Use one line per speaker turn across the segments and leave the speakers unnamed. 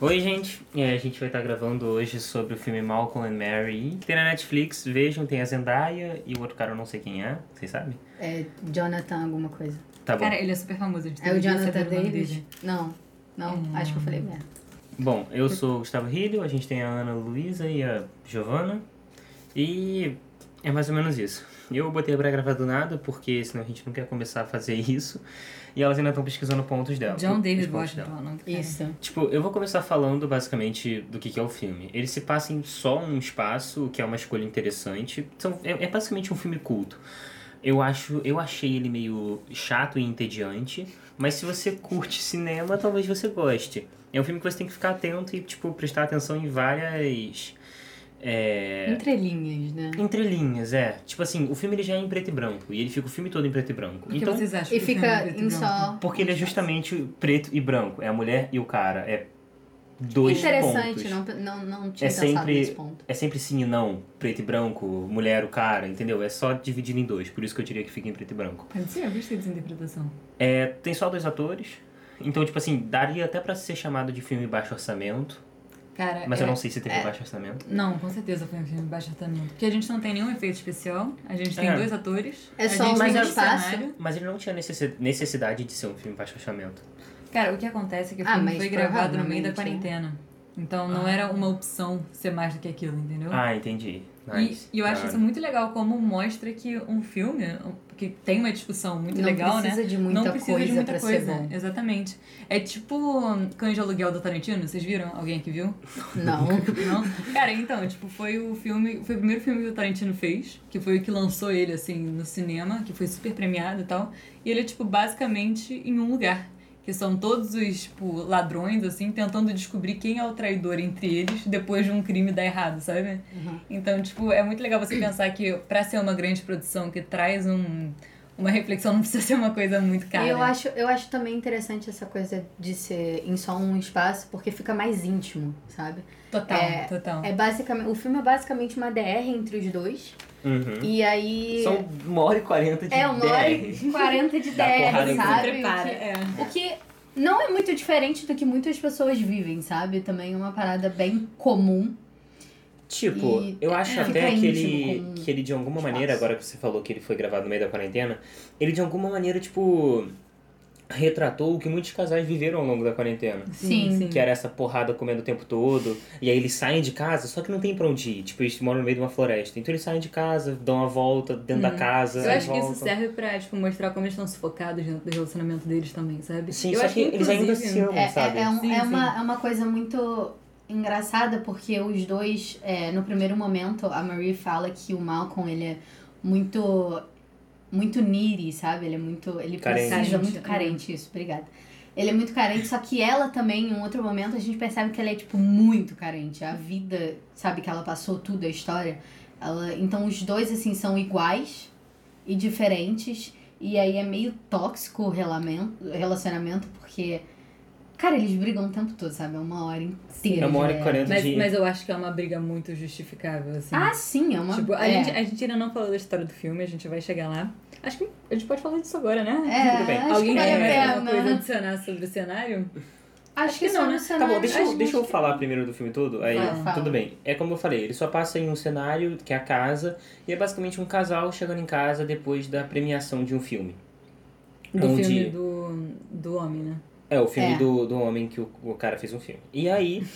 Oi, gente. É, a gente vai estar gravando hoje sobre o filme Malcolm and Mary, que tem na Netflix. Vejam, tem a Zendaya e o outro cara eu não sei quem é, vocês sabem?
É Jonathan alguma coisa.
Tá bom.
Cara, ele é super famoso. a gente
É o
deveria
Jonathan
saber o nome
Davis?
dele.
Não. Não, acho que eu falei merda.
Bom, eu sou o Gustavo Rilho, a gente tem a Ana Luísa e a Giovana. E é mais ou menos isso. Eu botei pra gravar do nada, porque senão a gente não quer começar a fazer isso. E elas ainda estão pesquisando pontos dela.
John
os
David
pontos
Washington,
dela.
o nome do cara.
Isso.
Tipo, eu vou começar falando basicamente do que, que é o filme. Ele se passa em só um espaço, o que é uma escolha interessante. São, é, é basicamente um filme culto. Eu acho, eu achei ele meio chato e entediante, mas se você curte cinema, talvez você goste. É um filme que você tem que ficar atento e, tipo, prestar atenção em várias. É,
Entre linhas, né?
entrelinhas, é. Tipo assim, o filme ele já é em preto e branco, e ele fica o filme todo em preto e branco.
O que
então,
vocês acham?
E
do filme
fica
Preto e
em
Branco?
só.
porque ele é justamente preto e branco. É a mulher e o cara. É dois
Interessante,
pontos.
não, não, não tinha
É
pensado
sempre-
nesse ponto.
É sempre sim e não, preto e branco, mulher, o cara, entendeu? É só dividido em dois, por isso que eu diria que fica em preto e branco.
Pode ser, eu gostei dessa interpretação.
É, tem só dois atores, então, tipo assim, daria até pra ser chamado de filme baixo orçamento,
Cara,
mas
é-
eu não sei se teve baixo orçamento.
Não, com certeza foi um filme baixo orçamento. Porque a gente não tem nenhum efeito especial, a gente tem
É.
dois atores.
É só
a gente
um
tem
espaço.
cenário.
Mas ele não tinha necessi- necessidade de ser um filme baixo orçamento.
Cara, o que acontece é que o
Ah,
filme
mas
foi gravado no meio
provavelmente,
da
né?
quarentena. Então não era uma opção ser mais do que aquilo,
Hum.
entendeu?
Ah, entendi.
E,
Nice.
e eu acho
Ah,
isso muito legal, como mostra que um filme, que tem uma discussão muito
não
legal, né?
precisa de muita
não precisa
coisa
de muita
pra
coisa.
ser bom.
Exatamente. É tipo hum, Cães de Aluguel do Tarantino, vocês viram? Alguém aqui viu?
Não.
Não? Cara, então, tipo, foi o filme, foi o primeiro filme que o Tarantino fez, que foi o que lançou ele, assim, no cinema, que foi super premiado e tal. E ele é, tipo, basicamente em um lugar. Que são todos os, tipo, ladrões, assim, tentando descobrir quem é o traidor entre eles depois de um crime dar errado, sabe?
Uhum.
Então, tipo, é muito legal você pensar que pra ser uma grande produção que traz um, uma reflexão, não precisa ser uma coisa muito cara.
E eu acho, eu acho também interessante essa coisa de ser em só um espaço, porque fica mais íntimo, sabe?
Total,
É-
total.
É basicamente, o filme é basicamente uma DR entre os dois.
uhum.
E aí.
São uma hora e quarenta de
é uma hora
DR.
e 40 de
Dá porrada
DR,
em
sabe?
tudo.
Que- O que não é muito diferente do que muitas pessoas vivem, sabe? Também é uma parada bem comum.
Tipo,
E-
eu acho
é, fica
até que
íntimo
ele,
com
que ele, de alguma
espaço.
maneira, agora que você falou que ele foi gravado no meio da quarentena, ele, de alguma maneira, tipo, retratou o que muitos casais viveram ao longo da quarentena.
Sim.
Que era essa porrada comendo o tempo todo. E aí eles saem de casa, só que não tem pra onde ir. Tipo, eles moram no meio de uma floresta. Então eles saem de casa, dão uma volta dentro da casa.
Eu acho que isso
voltam.
serve pra, tipo, mostrar como eles estão sufocados dentro do relacionamento deles também, sabe?
Sim,
eu
só
acho
que, eles ainda
inclusive,
se amam,
É,
sabe?
é, é um-
Sim,
é
sim.
uma, é uma coisa muito engraçada, porque os dois, é, no primeiro momento, a Marie fala que o Malcolm, ele é muito, muito needy, sabe? Ele é muito, ele
Carente.
precisa,
Carente,
muito
é.
carente, isso, obrigada. Ele é muito carente, só que ela também, em um outro momento, a gente percebe que ela é, tipo, muito carente. A vida, sabe, que ela passou tudo, a história. Ela, então, os dois, assim, são iguais e diferentes. E aí é meio tóxico o relamen- relacionamento, porque. Cara, eles brigam o tempo todo, sabe? É uma hora
É
inteira.
uma hora e
né?
quarenta
Mas,
de...
mas eu acho que é uma briga muito justificável, assim.
Ah, sim, é uma.
Tipo, a,
é.
gente, a gente ainda não falou da história do filme, a gente vai chegar lá. Acho que a gente pode falar disso agora, né?
É,
Tudo bem.
acho
Alguém
que vale
tem mais
a
alguma coisa a
pena.
adicionar sobre o cenário?
Acho que é
que não,
só
né?
no
Tá
cenário.
bom, deixa
acho
eu,
que-
deixa eu falar primeiro do filme todo, aí
Vai, fala.
tudo bem. É como eu falei, ele só passa em um cenário, que é a casa, e é basicamente um casal chegando em casa depois da premiação de um filme.
Do
Onde-
filme do, do homem, né?
É, o filme
É.
Do, do homem que o, o cara fez um filme. E aí,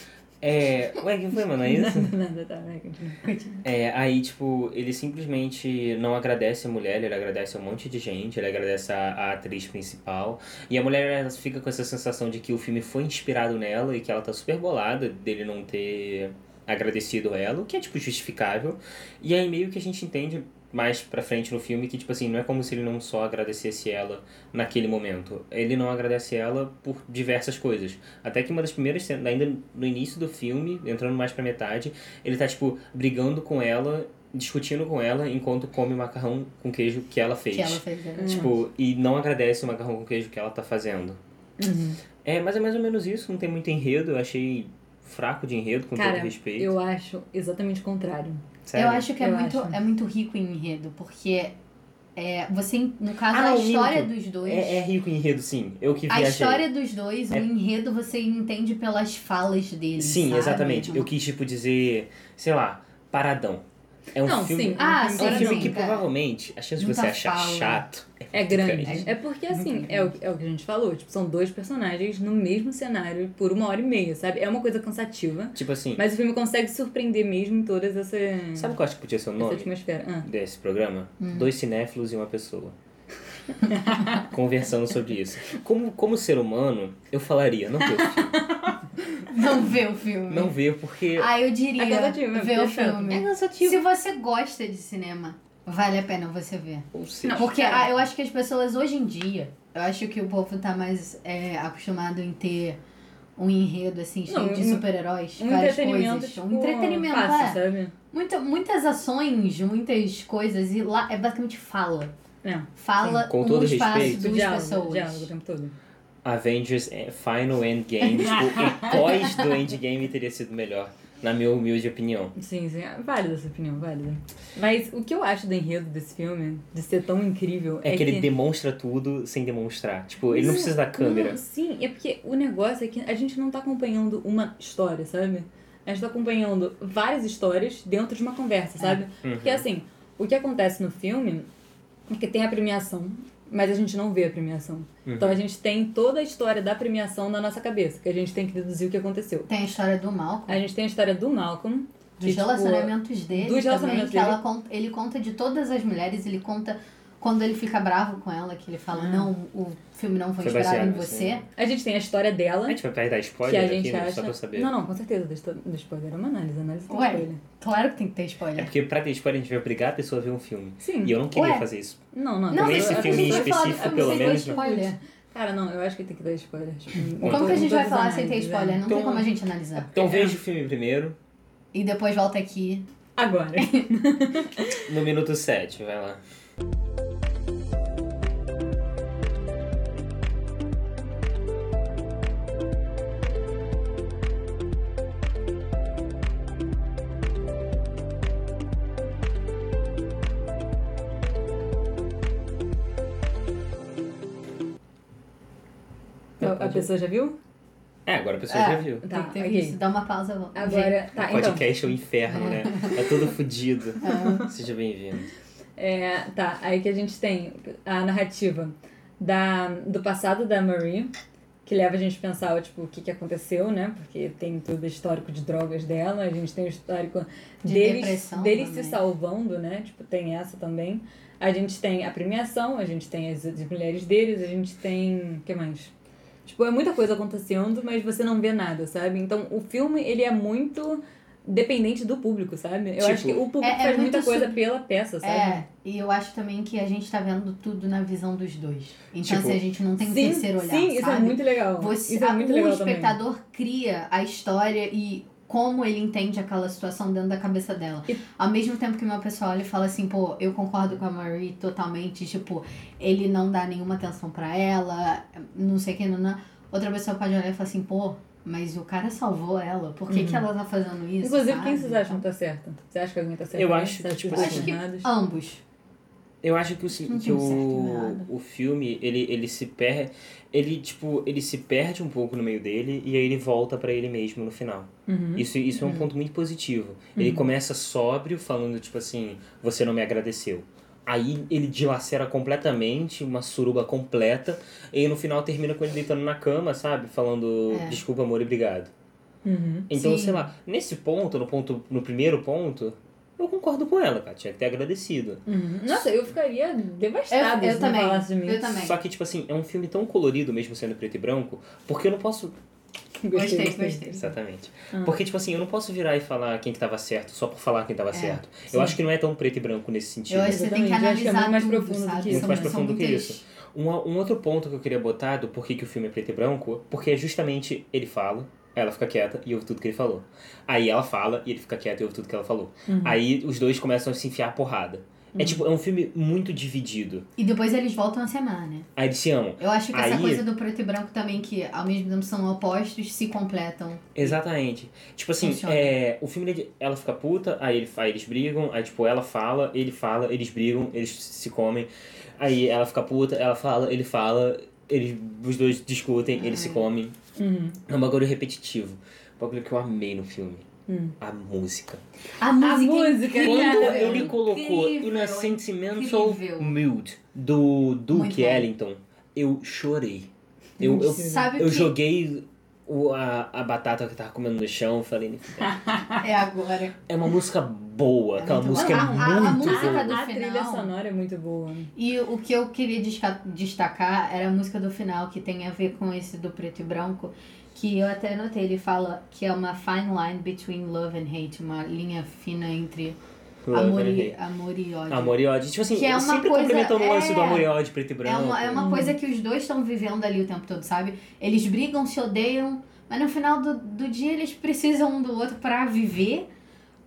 é... Ué, que foi, mano? É isso?
Nada, nada, tá, vai, continua. Continua.
É, aí, tipo, ele simplesmente não agradece a mulher, ele agradece a um monte de gente, ele agradece a, a atriz principal. E a mulher ela fica com essa sensação de que o filme foi inspirado nela e que ela tá super bolada dele não ter agradecido ela, o que é, tipo, justificável. E aí, meio que a gente entende mais pra frente no filme que, tipo assim, não é como se ele não só agradecesse ela naquele momento. Ele não agradece ela por diversas coisas. Até que uma das primeiras cenas, ainda no início do filme, entrando mais pra metade, ele tá, tipo, brigando com ela, discutindo com ela, enquanto come macarrão com queijo que ela fez.
Que ela fez. né?
Tipo, e não agradece o macarrão com queijo que ela tá fazendo.
Uhum.
É, mas é mais ou menos isso, não tem muito enredo, eu achei fraco de enredo, com
Cara,
todo respeito.
Eu acho exatamente o contrário.
Sério.
Eu acho que é
Eu
muito,
acho.
é muito rico em enredo, porque É, você, no caso,
Ah,
a
não,
história
minto.
dos dois.
É, é rico em enredo, sim. Eu que
A
viajei.
história dos dois, o enredo você entende pelas falas
é
deles.
Sim,
sabe?
exatamente.
Uhum.
Eu quis, tipo, dizer, sei lá, paradão. É um
Não,
filme.
sim.
Ah,
um
É
sim,
um
agora
filme
não.
que
cara.
provavelmente a chance de
Muita
você achar
fala.
chato
É grande.
grande.
É porque, assim, é o, é o que a gente falou. Tipo, são dois personagens no mesmo cenário por uma hora e meia, sabe? É uma coisa cansativa.
Tipo assim,
Mas o filme consegue surpreender mesmo em todas essa,
sabe
essa Hum.
o que eu acho que podia ser o nome
atmosfera. Ah.
desse programa? Dois cinéfilos e uma pessoa. Conversando sobre isso. Como, como ser humano, eu falaria, não vê o filme.
Não vê o filme.
Não vê, porque.
Ah, eu diria.
É cansativo, é
ver o
chato.
filme.
É cansativo.
Se você gosta de cinema, vale a pena você ver.
Ou seja,
Não.
Porque
Cara.
ah, eu acho que as pessoas hoje em dia, eu acho que o povo tá mais é, acostumado em ter um enredo assim, cheio
Não,
de
um-
super-heróis,
Um
várias
entretenimento,
coisas.
tipo,
um entretenimento,
fácil,
é.
sabe?
Muita- muitas ações, muitas coisas, e lá é basicamente fala.
Não.
Fala
Sim, com
um
todo
espaço
respeito.
duas
É, diálogo,
pessoas.
diálogo o tempo todo.
Avengers eh, Final Endgame, tipo, o pós do Endgame teria sido melhor, na minha humilde opinião.
Sim, sim. é Válida essa opinião, válida. Mas o que eu acho do enredo desse filme, de ser tão incrível,
É,
é,
que ele
que...
demonstra tudo sem demonstrar. Tipo, ele não
Não,
precisa da câmera.
Não, sim, é porque o negócio é que a gente não tá acompanhando uma história, sabe? A gente tá acompanhando várias histórias dentro de uma
É.
conversa, sabe?
Uhum.
Porque assim, o que acontece no filme é que tem a premiação, mas a gente não vê a premiação.
Uhum.
Então a gente tem toda a história da premiação na nossa cabeça, que a gente tem que deduzir o que aconteceu.
Tem a história do Malcolm,
A gente tem a história do Malcolm. que,
dos
tipo,
relacionamentos dele
dos
também,
relacionamentos
que
dele.
ela con- ele conta de todas as mulheres, ele conta quando ele fica bravo com ela, que ele fala,
Ah.
não, o filme não foi, inspirado em você.
assim.
A gente tem a história dela.
A gente vai precisar dar
que
spoiler
a
aqui,
gente
né?
acha.
Só pra eu saber.
Não, não, com certeza. Do spo- do spoiler é uma análise. Análise tem
Ué.
spoiler.
Claro que tem que ter
É
spoiler.
porque pra ter spoiler a gente vai obrigar a pessoa a ver um filme.
Sim.
E eu não queria
Ué.
fazer isso.
Não, não.
Não,
eu-
esse
eu-
filme
eu-
em
eu- é
vai falar do
específico,
filme
pelo
sem ter
menos, não.
spoiler.
Cara, não, eu acho que tem que dar spoiler. Tipo, em-
Como que a
em
gente
todas
vai
as
falar sem ter
análises, né?
spoiler? Não
Então-
tem como a gente
Tá,
analisar.
Então veja o filme primeiro,
E depois volta aqui.
Agora.
no minuto 7, vai lá.
Então, a pessoa já viu?
É, agora a pessoa
É.
já viu.
Tá,
tem que ter
ok.
visto. Dá uma pausa. volta.
Agora, tá,
o
então. Ah.
podcast é o inferno, né? É todo fudido. Seja bem-vindo.
É, tá, aí que a gente tem a narrativa da, do passado da Marie, que leva a gente a pensar, tipo, o que, que aconteceu, né? Porque tem todo o histórico de drogas dela, a gente tem o histórico
De
deles,
depressão
deles se
também.
salvando, né? Tipo, tem essa também. A gente tem a premiação, a gente tem as, as mulheres deles, a gente tem... o que mais? Tipo, é muita coisa acontecendo, mas você não vê nada, sabe? Então, o filme, ele é muito dependente do público, sabe? Eu
Tipo,
acho que o público
É- é
faz
muito
muita coisa
sub-
pela peça, sabe?
É, e eu acho também que a gente tá vendo tudo na visão dos dois. Então,
Tipo,
assim, a gente não tem um terceiro olhar,
Sim, isso é
sabe?
muito legal.
Você,
isso é muito
o
legal
espectador cria a história e como ele entende aquela situação dentro da cabeça dela.
E-
Ao mesmo tempo que uma pessoa olha e fala assim, pô, eu concordo com a Marie totalmente, tipo, ele não dá nenhuma atenção pra ela, não sei o que, não, não. Outra pessoa pode olhar e falar assim, pô, mas o cara salvou ela, por que,
Uhum.
que ela tá fazendo
também.
isso?
Inclusive,
sabe?
quem vocês acham que tá certo? Você acha que alguém tá certo?
Eu
Você
acho
acha
que, tipo,
vocês
assim,
estão errados?
Ambos.
Eu acho que o, se-
Não
que
tem
o,
certo nem errado.
o filme, ele, ele se perde. Ele, tipo, ele se perde um pouco no meio dele e aí ele volta pra ele mesmo no final.
Uhum.
Isso, isso é um ponto muito positivo. Ele
Uhum.
começa sóbrio, falando, tipo assim, você não me agradeceu. Aí ele dilacera completamente, uma suruba completa, e aí no final termina com ele deitando na cama, sabe? Falando
É.
desculpa, amor, e obrigado.
Uhum.
Então,
Sim.
sei lá, nesse ponto, no ponto, no primeiro ponto, eu concordo com ela, cara. Tinha que ter agradecido.
Uhum. Nossa, eu ficaria devastada
Eu- eu
se não
também.
falasse de mim.
Eu também.
Só que, tipo assim, é um filme tão colorido, mesmo sendo preto e branco, porque eu não posso.
Gostei, gostei.
Exatamente.
Ah.
Porque, tipo assim, eu não posso virar e falar quem que tava certo só por falar quem tava certo.
sim.
Eu acho que não é tão preto e branco nesse sentido.
Eu acho que você tem
Exatamente,
que
eu acho que é
analisar
muito mais
tudo,
profundo do
sabe?
que isso.
É
São-
Muito mais
são
profundo do que
muitas-
isso. Um, um outro ponto que eu queria botar do porquê que o filme é preto e branco, porque é justamente ele fala, ela fica quieta e ouve tudo que ele falou.
Uhum.
Aí ela fala e ele fica quieto e ouve tudo que ela falou. Aí os dois começam a se enfiar a porrada. É tipo, é um filme muito dividido.
E depois eles voltam a se amar, né?
Aí eles se amam.
Eu acho que essa
Aí-
coisa do preto e branco também, que ao mesmo tempo são opostos, se completam.
Exatamente. Tipo assim,
Funciona.
é, o filme, ele- ela fica puta, aí, ele, aí eles brigam, aí tipo, ela fala, ele fala, eles brigam, eles se comem. Aí ela fica puta, ela fala, ele fala, eles, os dois discutem, eles se comem.
Uhum.
É um bagulho repetitivo. Um bagulho que eu amei no filme.
Hum.
A música.
A música, é
música,
incrível.
cara.
Quando
Incrível,
ele colocou
incrível,
In a Sentimental
incrível.
Mood do
Muito
Duke
bom.
Ellington, eu chorei. Eu, eu,
Sabe
eu
que
joguei o, a, a batata que eu tava comendo no chão e falei,
é agora.
é uma música boa,
É
aquela
muito
música é
boa. A- a- a
muito boa.
música do
a
final. Então.
trilha sonora é muito boa.
E o que eu queria desca- destacar era a música do final, que tem a ver com esse do preto e branco, que eu até anotei, ele fala que é uma fine line between love and hate, uma linha fina entre amor, e, amor e ódio.
Amor e ódio. Tipo assim,
Que é
eu
uma
sempre
coisa-
complementando o lance do
é.
amor e ódio, preto e branco.
É uma, é uma
hum.
coisa que os dois estão vivendo ali o tempo todo, sabe? Eles brigam, se odeiam, mas no final do, do dia eles precisam um do outro pra viver,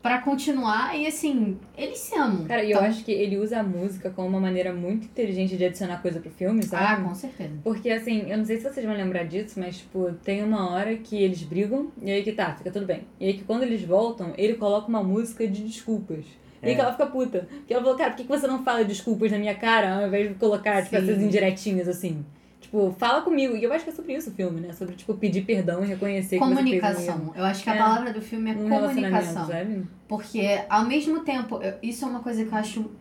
pra continuar e assim, eles se amam.
Cara, e eu
Então-
acho que ele usa a música como uma maneira muito inteligente de adicionar coisa pro filme,
Ah,
sabe?
com certeza.
Porque assim, eu não sei se vocês vão lembrar disso, mas tipo, tem uma hora que eles brigam e aí que tá, fica tudo bem. E aí que quando eles voltam, ele coloca uma música de desculpas. E aí
É.
que ela fica puta. Porque ela falou, cara, por que que você não fala desculpas na minha cara ao invés de colocar, tipo,
Sim.
essas indiretinhas assim? Tipo, fala comigo. E eu acho que é sobre isso o filme, né? Sobre, tipo, pedir perdão e reconhecer que você fez um
Comunicação. Eu acho que a
É.
palavra do filme é
um, um
comunicação.
relacionamento, sabe?
Porque, ao mesmo tempo, eu- isso é uma coisa que eu acho,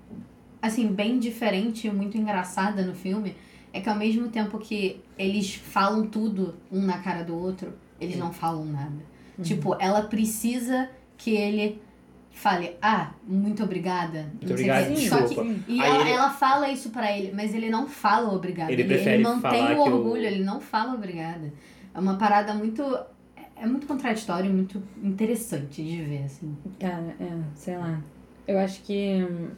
assim, bem diferente e muito engraçada no filme. É que, ao mesmo tempo que eles falam tudo um na cara do outro, eles não falam nada.
Uhum.
Tipo, ela precisa que ele fale, ah, muito obrigada. não sei o
obrigado,
quê.
Sim.
Só
desculpa.
que,
Sim.
e
Aí
ela,
ele-
ela fala isso pra ele, mas ele não fala obrigada.
Ele
Ele, ele
prefere falar
mantém
que
o
eu-
orgulho, ele não fala obrigada. É uma parada muito... É muito contraditório e muito interessante de ver, assim.
Cara, é, sei lá. Eu acho que. hum,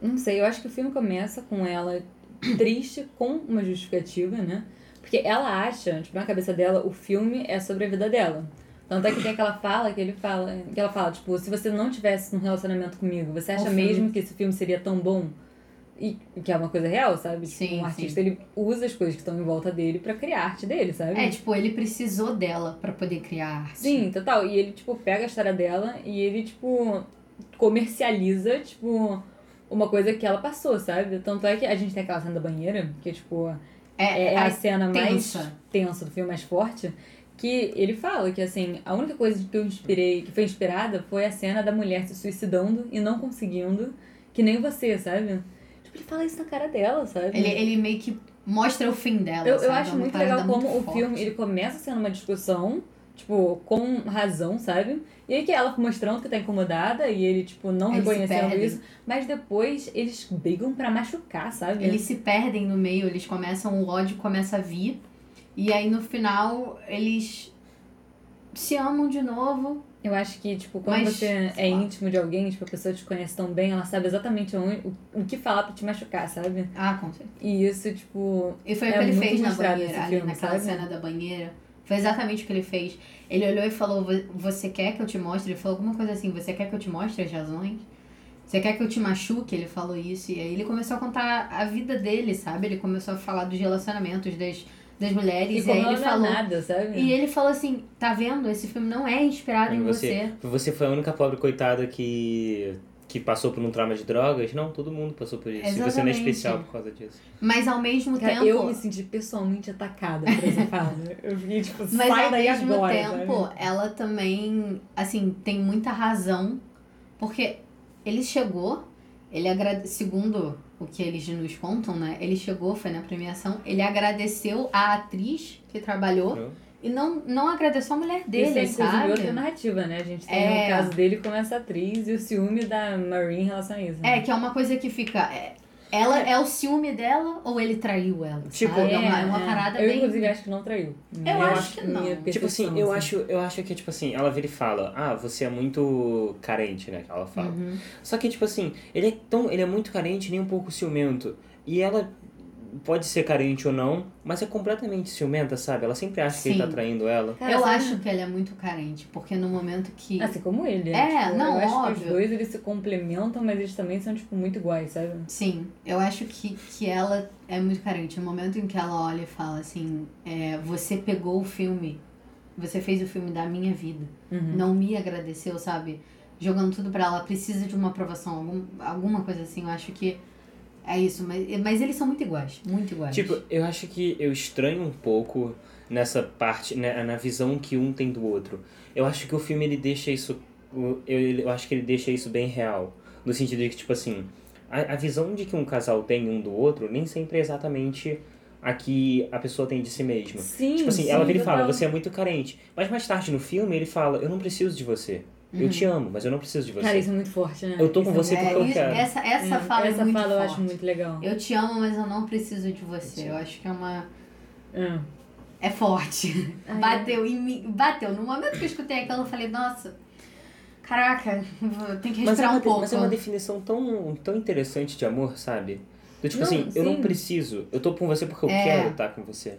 Não sei, eu acho que o filme começa com ela triste com uma justificativa, né? Porque ela acha, tipo, na cabeça dela, o filme é sobre a vida dela. Tanto é que tem aquela fala que ele fala, que ela fala, tipo, se você não tivesse um relacionamento comigo, você acha
filme.
mesmo que esse filme seria tão bom? E que é uma coisa real, sabe? Tipo,
Sim,
um artista ele usa as coisas que estão em volta dele pra criar a arte dele, sabe?
É, tipo, ele precisou dela pra poder criar arte.
Sim, total. E ele, tipo, pega a história dela e ele, tipo, comercializa, tipo, uma coisa que ela passou, sabe? Tanto é que a gente tem aquela cena da banheira, que, tipo, é,
É,
a
a-
cena mais
tensa.
tensa do filme, mais forte. Que ele fala que, assim, a única coisa que eu inspirei, que foi inspirada, foi a cena da mulher se suicidando e não conseguindo, que nem você, sabe? Tipo, ele fala isso na cara dela, sabe?
ele, ele meio que mostra o fim dela.
Eu, eu
sabe? É
acho
uma
muito
parada
legal como
muito
o
forte.
filme ele começa sendo uma discussão, tipo, com razão, sabe? E aí que ela mostrando que tá incomodada e ele, tipo, não
Eles se
reconhecendo
perdem.
isso. Mas depois eles brigam pra machucar, sabe?
Eles se perdem no meio, eles começam, o ódio começa a vir. E aí no final eles se amam de novo.
Eu acho que, tipo, quando
Mas,
você é
sei lá.
íntimo de alguém, tipo, a pessoa te conhece tão bem, ela sabe exatamente onde, o, o que falar pra te machucar, sabe?
Ah, com certeza.
E isso, tipo,
E foi
É
o que ele
muito
fez na
mostrado
banheira,
esse
ali
filme,
naquela
sabe?
cena da banheira. Foi exatamente o que ele fez. Ele olhou e falou: "Vo- Você quer que eu te mostre? Ele falou alguma coisa assim: Você quer que eu te mostre as razões? Você quer que eu te machuque? Ele falou isso. E aí ele começou a contar a vida dele, sabe? Ele começou a falar dos relacionamentos das, das
e
mulheres. E,
como
aí
ela
ele
não é
falou.
nada, sabe?
E ele falou assim: Tá vendo? Esse filme não é inspirado
Em
em
você.
você.
Você foi a única pobre coitada que, que passou por um trauma de drogas? Não, todo mundo passou por isso. E você não é
Exatamente.
especial por causa disso.
Mas ao mesmo
Cara,
tempo.
eu me senti pessoalmente atacada por essa fala. Eu fiquei, tipo,
Mas
sai
ao
daí
mesmo
agora,
tempo,
sabe?
ela também, assim, tem muita razão, porque ele chegou, ele agrade... segundo o que eles nos contam, né? Ele chegou, foi na premiação, ele agradeceu a atriz que trabalhou
Não?
e não, não agradeceu a mulher
Isso
dele,
é, inclusive,
sabe?
outra narrativa, né? A gente tem
É.
o caso dele como essa atriz e o ciúme da Marie em relação a isso.
É,
né?
que é uma coisa que fica. é, Ela é o ciúme dela ou ele traiu ela?
Tipo,
sabe? é, uma, é uma parada
Eu,
bem.
inclusive, acho que não traiu.
Eu acho que não.
minha
Tipo assim,
percepção,
eu acho, eu acho que, tipo assim, ela vira e fala, ah, você é muito carente, né? Que ela fala.
Uhum.
Só que, tipo assim, ele é tão. Ele é muito carente, nem um pouco ciumento. E ela pode ser carente ou não, mas é completamente ciumenta, sabe? Ela sempre acha que ele
Sim.
tá traindo ela.
Cara,
eu
sabe-
acho que ela é muito carente, porque no momento que.
Assim como ele.
É,
né? tipo,
não,
Eu acho que os
óbvio.
dois eles se complementam, mas eles também são, tipo, muito iguais, sabe?
Sim, eu acho que, que ela é muito carente. No momento em que ela olha e fala assim: é, Você pegou o filme, você fez o filme da minha vida,
Hum.
Uhum.
não me agradeceu, sabe? Jogando tudo pra ela, precisa de uma aprovação, algum, alguma coisa assim. Eu acho que é isso, mas, mas eles são muito iguais muito iguais.
Tipo, eu acho que eu estranho um pouco nessa parte, né, na visão que um tem do outro. Eu acho que o filme ele deixa isso. o- Eu, ele- eu acho que ele deixa isso bem real. No sentido de que, tipo assim, a, a visão de que um casal tem um do outro nem sempre é exatamente a que a pessoa tem de si mesma.
Sim,
Tipo assim,
sim,
ela vira e
total.
fala, você é muito carente. Mas mais tarde no filme ele fala, eu não preciso de você.
Uhum.
Eu te amo, mas eu não preciso de você.
Uhum. Cara, isso é muito forte, né?
Eu tô com
Isso é
você
muito
porque eu
isso-
quero.
Essa, essa
Hum,
fala
essa
é muito
fala eu
forte.
acho muito legal.
Eu te amo, mas eu não preciso de você. Eu acho que é uma.
Hum.
É forte.
Ai,
Bateu em mim. Bateu. No momento que eu escutei aquilo, eu falei, nossa, caraca, vou- tem que
Mas é,
respirar
uma,
um pouco.
mas é uma definição tão, tão interessante de amor, sabe? Do tipo
Não,
assim, eu não
sim.
preciso, eu tô com você porque eu
É.
quero estar com você.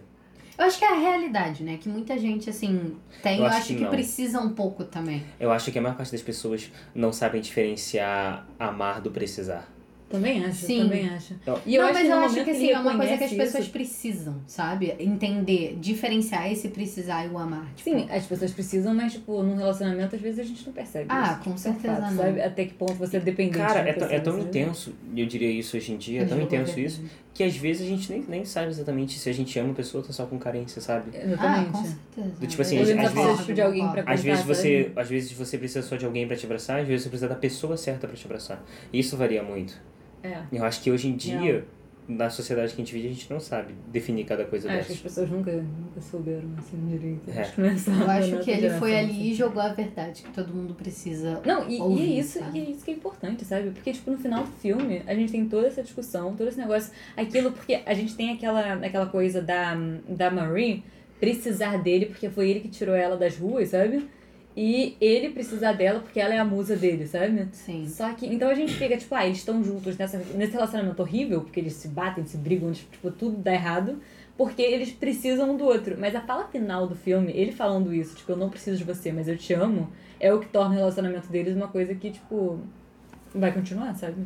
Eu acho que é a realidade, né? Que muita gente, assim, tem.
Eu
Eu,
acho
acho
que
que
não.
precisa um pouco também.
Eu acho que a maior parte das pessoas não sabem diferenciar amar do precisar.
Também acho,
Sim.
também acho.
Então-
E eu
não,
acho
mas
que
eu
no
acho
momento
que, assim,
ele
é uma coisa que as
reconhece
pessoas
isso-
precisam, sabe? Entender, diferenciar esse precisar e o amar. tipo.
Sim, as pessoas precisam, mas, tipo, num relacionamento, às vezes a gente não percebe
Ah,
isso.
com
Isso é um
certeza
fato,
não.
Sabe? Até que ponto você é dependente
Cara,
de uma
é, tão- é
pessoa,
tão
sabe?
intenso, eu diria isso hoje em dia, é tão
Ajuda,
intenso
né?
isso, que às vezes a gente nem, nem sabe exatamente se a gente ama a pessoa ou tá só com carência, sabe?
Ah,
Exatamente.
com certeza.
Do tipo assim,
Eu
Às vezes
às vezes-
você precisa tipo, de alguém pra
Às
contar,
vezes, você,
sabe?
às vezes você precisa só de alguém pra te abraçar, às vezes você precisa da pessoa certa pra te abraçar. Isso varia muito.
É.
Eu acho que hoje em dia, na sociedade que a gente vive, a gente não sabe definir cada coisa
Ah, Acho que as
dessa.
pessoas nunca, nunca souberam assim direito.
É.
Acho que não é só
Eu
da
acho
nossa
que ele foi
geração,
ali
assim.
e jogou a verdade que todo mundo precisa.
Não, e, e
ouvir,
é isso,
sabe?
e é isso que é importante, sabe? Porque, tipo, no final do filme, a gente tem toda essa discussão, todo esse negócio. Aquilo, porque a gente tem aquela, aquela coisa da, da Marie precisar dele, porque foi ele que tirou ela das ruas, sabe? E ele precisar dela porque ela é a musa dele, sabe?
Sim.
Só que, então a gente fica, tipo, ah, eles estão juntos nessa, nesse relacionamento horrível, porque eles se batem, se brigam, tipo, tudo dá errado, porque eles precisam um do outro. Mas a fala final do filme, ele falando isso, tipo, eu não preciso de você, mas eu te amo, é o que torna o relacionamento deles uma coisa que, tipo, vai continuar, sabe?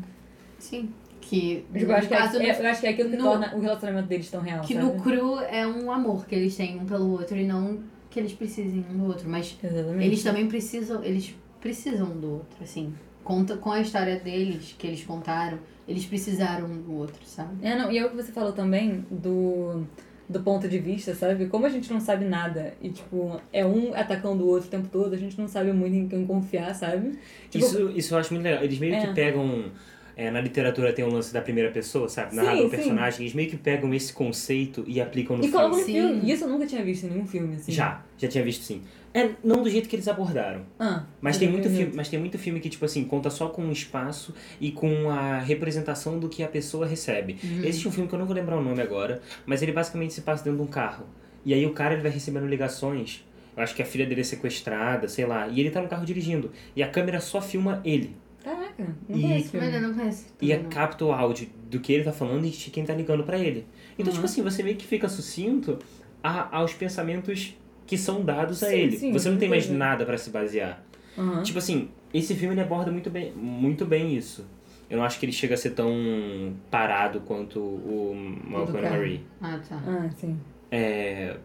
Sim. Que.
Tipo, eu, acho que
no caso,
é,
no
é- eu acho que é aquilo que
no-
torna o relacionamento deles tão real,
Que
sabe?
no cru é um amor que eles têm um pelo outro e não que eles precisem um do outro, mas
Exatamente.
eles também precisam, eles precisam um do outro, assim. Conta com a história deles que eles contaram, eles precisaram um do outro, sabe?
É, não, e é o que você falou também do, do ponto de vista, sabe? Como a gente não sabe nada e, tipo, é um atacando o outro o tempo todo, a gente não sabe muito em quem confiar, sabe? Tipo,
Isso, isso eu acho muito legal. Eles meio
É.
que pegam. é, na literatura tem o lance da primeira pessoa, sabe?
Sim,
Narrado ao
sim.
personagem. Eles meio que pegam esse conceito e aplicam no
e
filme.
colocam no
Sim.
filme. Isso eu nunca tinha visto em nenhum filme, assim.
Já, já tinha visto sim. É, não do jeito que eles abordaram.
Ah,
Mas tem,
eu
muito
vi.
filme, mas tem muito filme que, tipo assim, conta só com o espaço e com a representação do que a pessoa recebe.
Uhum.
Existe um filme que eu não vou lembrar o nome agora, mas ele basicamente se passa dentro de um carro. E aí o cara ele vai recebendo ligações. Eu acho que a filha dele é sequestrada, sei lá. E ele tá no carro dirigindo. E a câmera só filma ele.
Caraca, não
E-
conheço filme.
Mas é eu não conheço.
E
tudo,
a-
não.
capta o áudio do que ele tá falando e de quem tá ligando pra ele. Então,
Uhum.
tipo assim, você meio que fica sucinto a- aos pensamentos que são dados a
Sim,
ele.
sim,
você não tem mais
certeza.
nada pra se basear.
Aham.
Tipo assim, esse filme ele aborda muito bem, muito bem isso. Eu não acho que ele chega a ser tão parado quanto o Malcolm and
cara.
Marie.
Ah, tá.
Ah, sim.
É...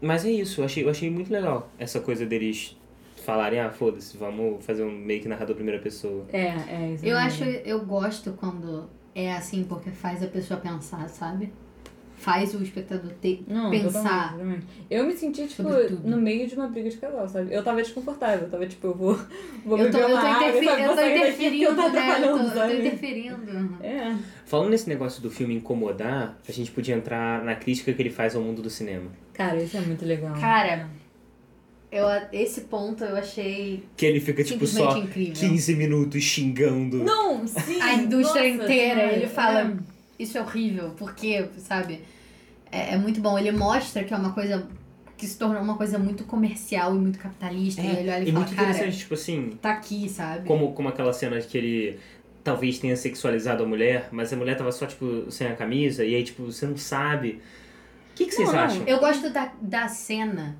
Mas é isso, eu achei, eu achei muito legal essa coisa deles falarem, ah, foda-se, vamos fazer um meio que narrador primeira pessoa.
É, é isso.
Eu
mesmo.
acho, eu gosto quando é assim, porque faz a pessoa pensar, sabe? Faz o espectador ter.
Não,
pensar.
totalmente, totalmente. Eu me senti, tipo,
Sobre tudo.
no meio de uma briga de casal, sabe? Eu tava desconfortável, eu tava tipo, eu vou, vou
Eu tô,
beber
eu
uma
tô,
água,
interfe-
sabe?
eu
Vou
tô
sair daqui porque eu
interferindo,
tô
né? Eu tô,
atrapalhando,
eu tô
sabe?
interferindo.
É.
Falando nesse negócio do filme incomodar, a gente podia entrar na crítica que ele faz ao mundo do cinema.
Cara, isso é muito legal.
Cara, eu, esse ponto eu achei
Que ele fica, tipo,
simplesmente
só
incrível.
15 minutos xingando.
Não, sim.
A indústria
nossa
inteira,
senhora,
ele fala,
é.
isso é horrível, porque, sabe? É, é muito bom. Ele mostra que é uma coisa que se tornou uma coisa muito comercial e muito capitalista. e ele olha e,
É, e
fala,
muito
cara,
interessante, tipo assim,
tá aqui, sabe?
Como, como aquela cena que ele talvez tenha sexualizado a mulher, mas a mulher tava só, tipo, sem a camisa, e aí, tipo, você não sabe. O que, que vocês
Não, não,
acham?
Eu gosto da, da cena.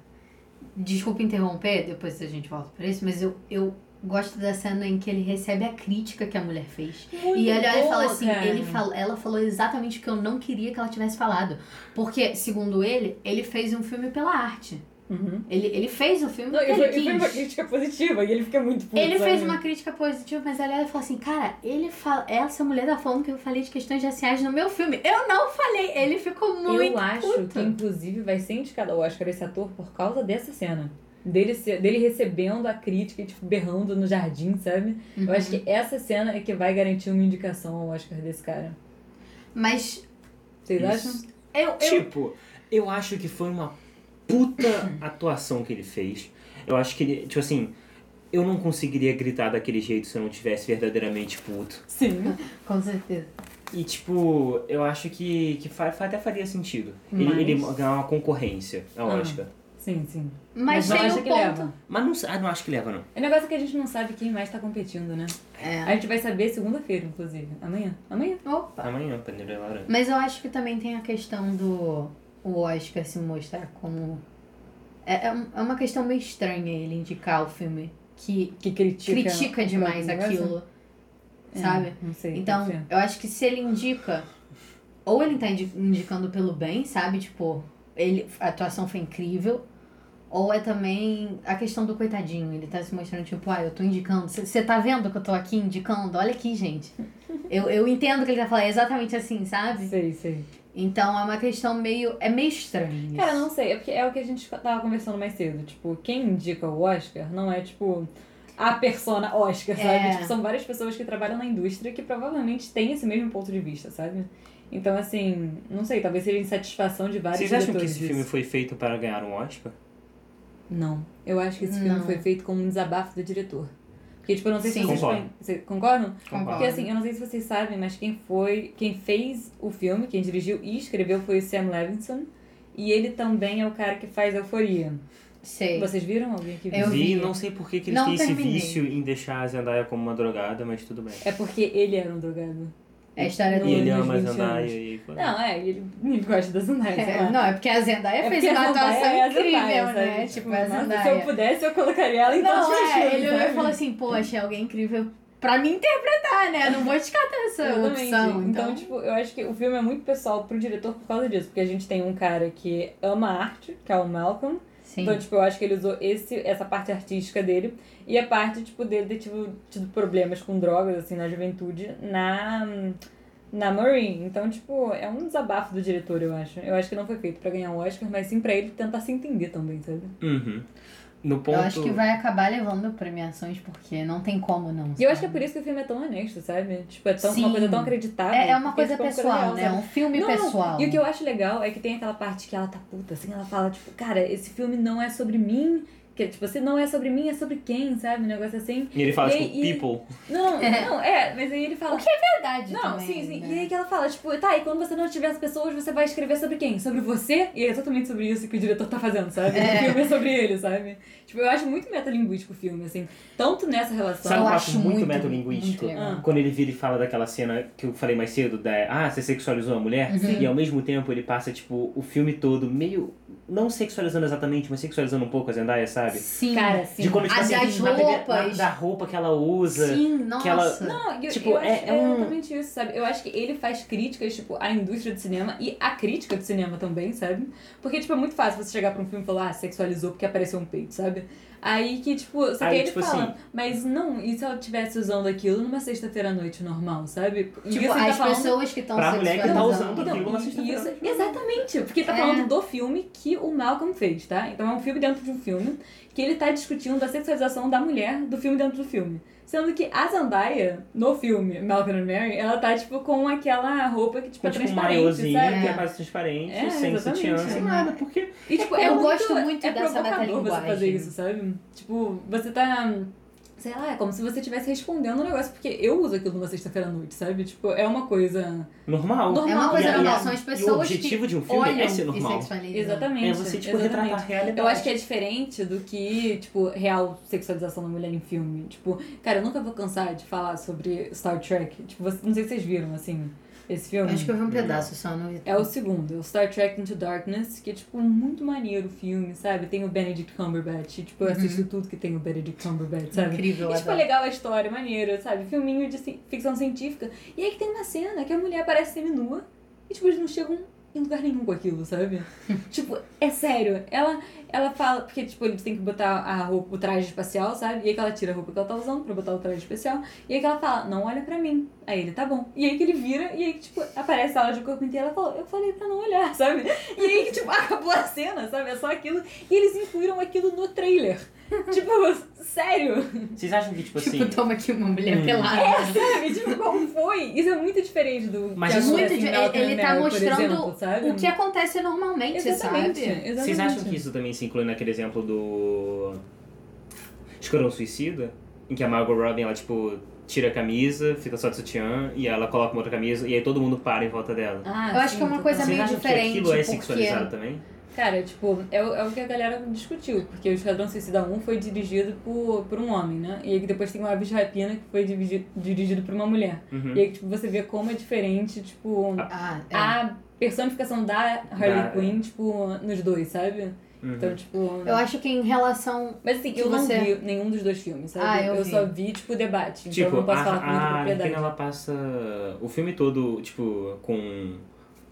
Desculpa interromper, depois a gente volta pra isso, mas eu, eu gosto da cena em que ele recebe a crítica que a mulher fez.
Muito
e ele olha e
boa,
fala assim:
cara.
ele fala, ela falou exatamente o que eu não queria que ela tivesse falado. Porque, segundo ele, ele fez um filme pela arte.
Uhum.
Ele, ele fez o filme
Não,
porque
e foi,
ele
e foi uma
quis.
crítica né? positiva e ele fica muito puto.
Ele
sabe?
fez uma crítica positiva, mas ela olha e falou assim: Cara, ele fala, essa mulher tá falando que eu falei de questões raciais no meu filme. Eu não falei. Ele ficou muito.
Eu acho
puto.
que, inclusive, vai ser indicado ao Oscar esse ator por causa dessa cena. Dele, ser- dele recebendo a crítica e, tipo, berrando no jardim, sabe? Eu acho
Uhum.
que essa cena é que vai garantir uma indicação ao Oscar desse cara.
Mas
Vocês
Isso.
acham?
eu, eu
Tipo, eu acho que foi uma puta atuação que ele fez. Eu acho que ele, tipo assim, eu não conseguiria gritar daquele jeito se eu não tivesse verdadeiramente puto.
Sim.
Com certeza.
E tipo, eu acho que, que fa- fa- até faria sentido.
Mas-
Ele, ele ganhar uma concorrência ao
Ah.
Oscar.
Sim, sim.
Mas,
não
tem
acha
um
que
ponto.
leva.
Mas não, sa- ah, não acho que leva, não.
O negócio é que a gente não sabe quem mais tá competindo, né?
É.
A gente vai saber segunda-feira, inclusive. Amanhã. Amanhã.
Opa.
Amanhã, Pandeiro Laranja.
Mas eu acho que também tem a questão do o Oscar se mostrar como. É, é um- é uma questão meio estranha ele indicar o filme que
Que critica.
critica demais
o negócio.
aquilo.
É,
Sabe?
Não sei.
Então,
pode ser.
eu acho que se ele indica, ou ele tá indi- indicando pelo bem, sabe? Tipo, ele, a atuação foi incrível. Ou é também a questão do coitadinho. Ele tá se mostrando, tipo, ah, eu tô indicando. Você tá vendo que eu tô aqui indicando? Olha aqui, gente. Eu, eu entendo que ele tá falando é exatamente assim, sabe?
Sei, sei.
Então é uma questão meio. É meio estranho. isso.
Cara, não sei, é porque é o que a gente tava conversando mais cedo. Tipo, quem indica o Oscar não é, tipo, a persona Oscar,
É.
sabe? Tipo, são várias pessoas que trabalham na indústria que provavelmente têm esse mesmo ponto de vista, sabe? Então, assim, não sei, talvez seja insatisfação de vários
Vocês acham que
diretores
esse
disso.
filme foi feito para ganhar um Oscar?
Não. Eu acho que esse filme
Não.
foi feito como um desabafo do diretor. Porque, tipo, eu não sei
Sim.
se vocês,
Concordo.
vocês concordam? Porque
Concordo.
assim, eu não sei se vocês sabem, mas quem foi, quem fez o filme, quem dirigiu e escreveu foi o Sam Levinson. E ele também é o cara que faz Euforia.
Sei.
Vocês viram alguém que viu?
Eu
vi,
vi.
não sei por que, que eles
Não
têm esse
terminei.
vício em deixar a Zendaya como uma drogada, mas tudo bem.
É porque ele era um drogado.
É a história
Não,
E ele
dele.
dos
ama a
20
Zendaya
anos.
e...
Não, é, ele, ele gosta da Zendaya. sei
É,
lá.
não, é porque a Zendaya
né? É
fez
porque a
uma
Zendaya
atuação
é a
incrível,
Zendaya,
né?
sabe?
Tipo, a
nossa, tá
Zendaya.
se eu pudesse, eu colocaria ela em
Não,
todos os
é,
filmes,
ele
sabe?
olhou e falou assim, poxa, alguém incrível pra me interpretar, né? Não vou descartar essa
Exatamente.
opção.
Então,
Então,
tipo, eu acho que o filme é muito pessoal pro diretor por causa disso. Porque a gente tem um cara que ama a arte, que é o Malcolm.
sim.
Então, tipo, eu acho que ele usou esse, essa parte artística dele e a parte, tipo, dele ter tido, tido problemas com drogas, assim, na juventude, na, na Marine. Então, tipo, é um desabafo do diretor, eu acho. Eu acho que não foi feito pra ganhar o Oscar, mas sim pra ele tentar se entender também, sabe?
Uhum. No ponto...
Eu acho que vai acabar levando premiações, porque não tem como não.
E eu acho que é
sabe?
por isso que o filme é tão honesto, sabe? Tipo, é tão,
Sim.
uma coisa tão acreditável.
é, é uma
porque
coisa
ficou uma
pessoal,
real,
né?
sabe?
É um filme
Não, não.
pessoal.
E o que eu acho legal é que tem aquela parte que ela tá puta, assim, ela fala, tipo, cara, esse filme não é sobre mim. Que, é, tipo, se não é sobre mim, é sobre quem, sabe? Um negócio assim.
E ele fala,
E-
tipo,
e-
people.
Não, não, é, mas aí ele fala.
é verdade
Não,
também,
sim, sim.
né?
E aí que ela fala, tipo, tá, e quando você não tiver as pessoas, você vai escrever sobre quem? Sobre você? E é exatamente sobre isso que o diretor tá fazendo, sabe?
É.
O filme é sobre ele, sabe? Tipo, eu acho muito metalinguístico o filme, assim. Tanto nessa relação.
Sabe
eu
o que eu
acho
acho muito
muito,
metalinguístico?
muito legal.
Ah.
Quando ele vira e fala daquela cena que eu falei mais cedo, da ah, você sexualizou a mulher,
Sim.
e ao mesmo tempo ele passa, tipo, o filme todo meio. Não sexualizando exatamente, mas sexualizando um pouco a Zendaya, sabe?
Sim.
Cara, sim.
De como tipo,
As-
assim,
as
na tele-
roupas.
na- da roupa que ela usa. tipo,
sim, nossa.
que ela-
Não, eu,
Tipo,
eu
é-
acho,
é um-
exatamente isso, sabe? Eu acho que ele faz críticas, tipo, à indústria do cinema e à crítica do cinema também, sabe? Porque, tipo, é muito fácil você chegar pra um filme e falar, ah, sexualizou porque apareceu um peito, sabe? Aí que, tipo, só que
Aí,
ele
tipo
fala,
assim-
mas não, e se ela estivesse usando aquilo numa sexta-feira à noite normal, sabe?
Tipo,
E isso ele
as
falando-
pessoas que estão
Pra mulher que tá
sexualizando.
usando
Então,
aquilo na
e-
sexta-feira à
isso-
noite.
Exatamente, porque ele tá
É.
falando do filme que o Malcolm fez, tá? Então é um filme dentro de um filme que ele tá discutindo a sexualização da mulher do filme dentro do filme. Sendo que a Zendaya, no filme Malcolm and Mary, ela tá, tipo, com aquela roupa que, tipo,
Com,
é
tipo, um
transparente,
maiôzinho
sabe?
que é
É.
quase transparente,
É,
sem sutiã,
exatamente.
sem nada, porque.
E, tipo,
Eu
muito-
gosto muito
é
dessa
provocador você
metalinguagem.
fazer isso, sabe? Tipo, você tá sei lá, é como se você estivesse respondendo um negócio, porque eu uso aquilo numa sexta-feira à noite, sabe? Tipo, é uma coisa.
Normal. né?
Normal.
É uma
E
coisa
a-
normal, são as
e
pessoas
o objetivo
que
de um filme
olham
é ser normal.
e sexualizam.
Exatamente.
É você, tipo,
exatamente.
retratar a realidade.
Eu acho que é diferente do que, tipo, real sexualização da mulher em filme. Tipo, cara, eu nunca vou cansar de falar sobre Star Trek. Tipo, você- não sei se vocês viram, assim, esse
Eu
filme.
Acho que eu vi um pedaço só no
É o segundo, o Star Trek Into Darkness, que é, tipo, muito maneiro o filme, sabe? Tem o Benedict Cumberbatch. e, Tipo, eu assisto tudo que tem o Benedict Cumberbatch, sabe?
incrível.
E, tipo, é
adoro.
legal a história, maneira, sabe? Filminho de ci- ficção científica. E aí que tem uma cena que a mulher aparece seminua e, tipo, eles não chegam em lugar nenhum com aquilo, sabe? tipo, é sério. Ela, ela fala... Porque, tipo, eles têm que botar a roupa, o traje espacial, sabe? E aí que ela tira a roupa que ela tá usando pra botar o traje especial. E aí que ela fala, não olha pra mim. Aí ele, tá bom. E aí que ele vira e aí que, tipo, aparece ela de corpo inteiro. Ela falou, eu falei pra não olhar, sabe? E aí que, tipo, acabou a cena, sabe? É só aquilo. E eles incluíram aquilo no trailer. tipo, sério.
Vocês acham que, tipo,
Tipo,
assim.
toma aqui uma mulher
Hum.
pelada.
Sabe? Tipo, como foi? Isso é muito diferente do
Mas
que
isso- é
Muito
acontece em
di-
Malcolm
ele- ele tá
and Mary, por
mostrando
exemplo, sabe?
O que acontece normalmente,
É, Exatamente,
sabe?
exatamente.
Vocês acham que isso também se inclui naquele exemplo do. Esquadrão Suicida? Em que a Margot Robin, ela, tipo, tira a camisa, fica só de sutiã, e ela coloca uma outra camisa, e aí todo mundo para em volta dela.
Ah,
Eu acho
sim,
que é uma
total.
coisa
Vocês
meio
acham que
diferente,
aquilo é
porque-
sexualizado também?
Cara, tipo, é, o- é o que a galera discutiu, porque o Esquadrão Suicida 1 foi dirigido por, por um homem, né? E aí que depois tem o Aves de Rapina, que foi dirigi- dirigido por uma mulher.
Uhum.
E aí que, tipo, você vê como é diferente, tipo,
Ah, é.
a personificação da Harley
Da-
Quinn, tipo, nos dois, sabe?
Uhum.
Então, tipo...
Eu acho que em relação.
Mas assim,
que
eu
você-
não vi nenhum dos dois filmes, sabe?
Ah, eu vi.
só vi, tipo, debate, então eu
Tipo,
não posso falar com muita
a, a Arlequina,
propriedade.
ela passa o filme todo, tipo, com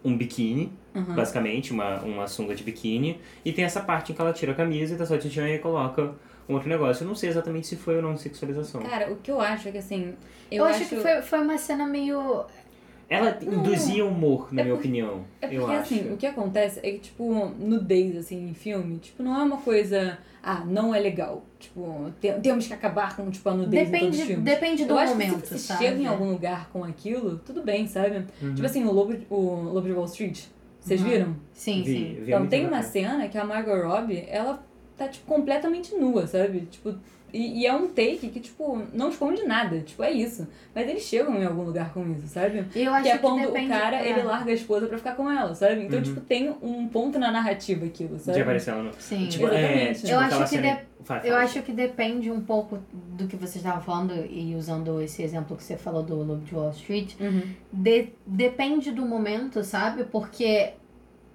um biquíni,
Uhum.
basicamente, uma, uma sunga de biquíni. E tem essa parte em que ela tira a camisa e tá só de sutiã e coloca um outro negócio. Eu não sei exatamente se foi ou não sexualização.
Cara, o que eu acho é que assim.
Eu, acho, que foi, foi uma cena meio.
Ela induzia humor, na
É
minha
porque-
opinião.
É porque
eu
assim,
acho.
o que acontece é que, tipo, nudez, assim, em filme, tipo, não é uma coisa. Ah, não é legal. Tipo, te- temos que acabar com, tipo, a nudez em todos os
Depende,
filmes.
depende do
eu acho
momento,
que se você
sabe?
chega em algum lugar com aquilo, tudo bem, sabe?
Uhum.
Tipo assim, o Lobo, o Lobo de Wall Street. Vocês
Uhum.
viram?
Sim,
Vi-
sim.
vi
Então
muito
tem uma
bacana.
cena que a Margot Robbie, ela tá, tipo, completamente nua, sabe? Tipo, e, e é um take que, tipo, não esconde nada. Tipo, é isso. Mas eles chegam em algum lugar com isso, sabe?
Eu acho
que
que,
é quando
depende,
o cara,
é,
ele larga a esposa pra ficar com ela, sabe? Então,
Uhum.
tipo, tem um ponto na narrativa aquilo, sabe?
De aparecer ela no.
Sim.
Tipo, é,
Exatamente.
tipo
Eu acho
aquela
que
cena. Fala,
Eu
fala.
acho que depende um pouco do que você estava falando e usando esse exemplo que você falou do Lobo de Wall Street.
Uhum.
De- depende do momento, sabe? Porque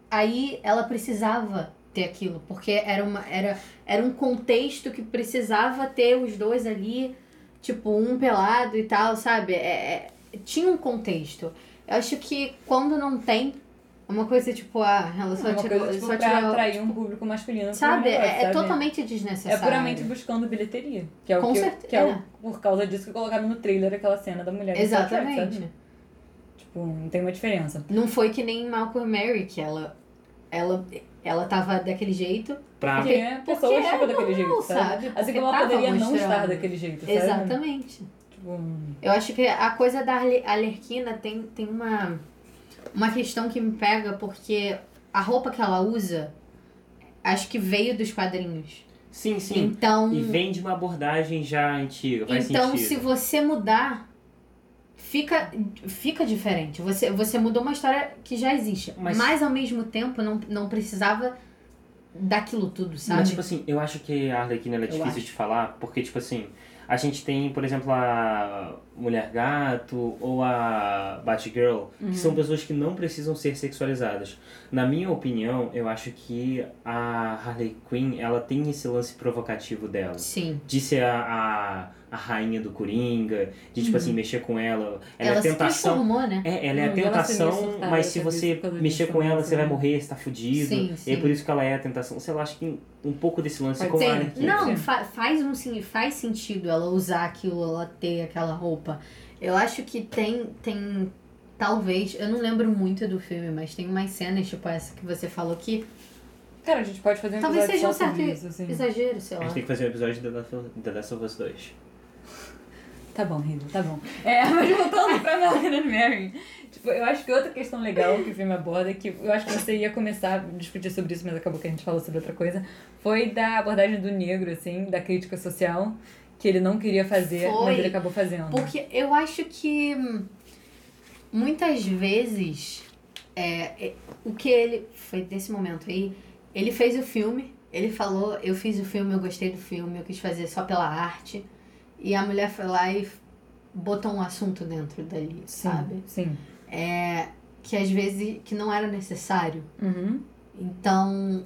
aí ela precisava ter aquilo, porque era, uma, era, era um contexto que precisava ter os dois ali, tipo, um pelado e tal, sabe? É- é- tinha um contexto. Eu acho que quando não tem, é uma coisa tipo, ah, ela só
Uma
tirou.
coisa, tipo,
só
pra
tirou-
atrair um público masculino. pra um
sabe?
negócio,
É, é
sabe?
totalmente
É
desnecessário.
puramente buscando bilheteria. Que é o
Com
que,
certeza. É,
que é o- por causa disso que colocaram no trailer aquela cena da mulher. no soundtrack,
Exatamente.
sabe? Tipo, não tem uma diferença.
Não foi que nem Malcolm Mary, que ela, ela, ela tava daquele jeito.
Pra
Porque é pessoas
era
ficam
normal,
daquele jeito, sabe?
sabe?
Assim
Porque
como ela
tava
poderia não
mostrando. Uhum.
estar daquele jeito,
É
sabe?
Exatamente.
Tipo,
Eu acho que a coisa da Arle- Alerquina tem, tem uma, uma questão que me pega, porque a roupa que ela usa, acho que veio dos quadrinhos.
Sim, sim.
Então,
E vem de uma abordagem já antiga, faz
então se
sentido.
você mudar, fica, fica diferente. Você, você mudou uma história que já existe.
Mas-
Mas, ao mesmo tempo, não, não precisava daquilo tudo, sabe?
Mas, tipo assim, eu acho que a Arlequina ela é
Eu
difícil
acho.
de falar, porque, tipo assim, a gente tem, por exemplo, a Mulher Gato ou a Batgirl, que
Uhum.
são pessoas que não precisam ser sexualizadas. Na minha opinião, eu acho que a Harley Quinn, ela tem esse lance provocativo dela.
Sim.
De ser a, a, a rainha do Coringa, de, tipo assim, mexer com ela. Ela, é
Ela
a
se
tentação
transformou, né?
É, ela é a
Não, e ela seria
tentação,
surtada,
mas se
talvez,
você
por causa
mexer
disso,
com ela,
né?
você vai morrer, você tá fudido.
Sim,
E é
sim.
por isso que ela é a tentação. Sei lá, acho que um pouco desse lance
Pode
com
ser.
a Arlequina.
Não,
Sim.
fa- faz, um, sim- faz sentido ela usar aquilo, ela ter aquela roupa. Eu acho que tem, tem, talvez, eu não lembro muito do filme, mas tem umas cenas, tipo essa que você falou que
Cara, a gente pode fazer um
Talvez seja
episódio
um
só sobre
certo-
isso, assim.
exagero, sei
A
lá.
gente tem que fazer um episódio da Last of- da Last of Us 2.
Tá bom, Rita, tá bom. É, mas voltando pra Melanie and Mary. Tipo, eu acho que outra questão legal que o filme aborda, que eu acho que você ia começar a discutir sobre isso, mas acabou que a gente falou sobre outra coisa, foi da abordagem do negro, assim, da crítica social, que ele não queria fazer,
Foi.
mas ele acabou fazendo.
Porque eu acho que hum, muitas vezes é, é, o que ele. Foi desse momento aí. Ele fez o filme, ele falou, eu fiz o filme, eu gostei do filme, eu quis fazer só pela arte. E a mulher foi lá e botou um assunto dentro dali,
Sim,
sabe?
Sim.
É, que às vezes que não era necessário.
Uhum.
Então,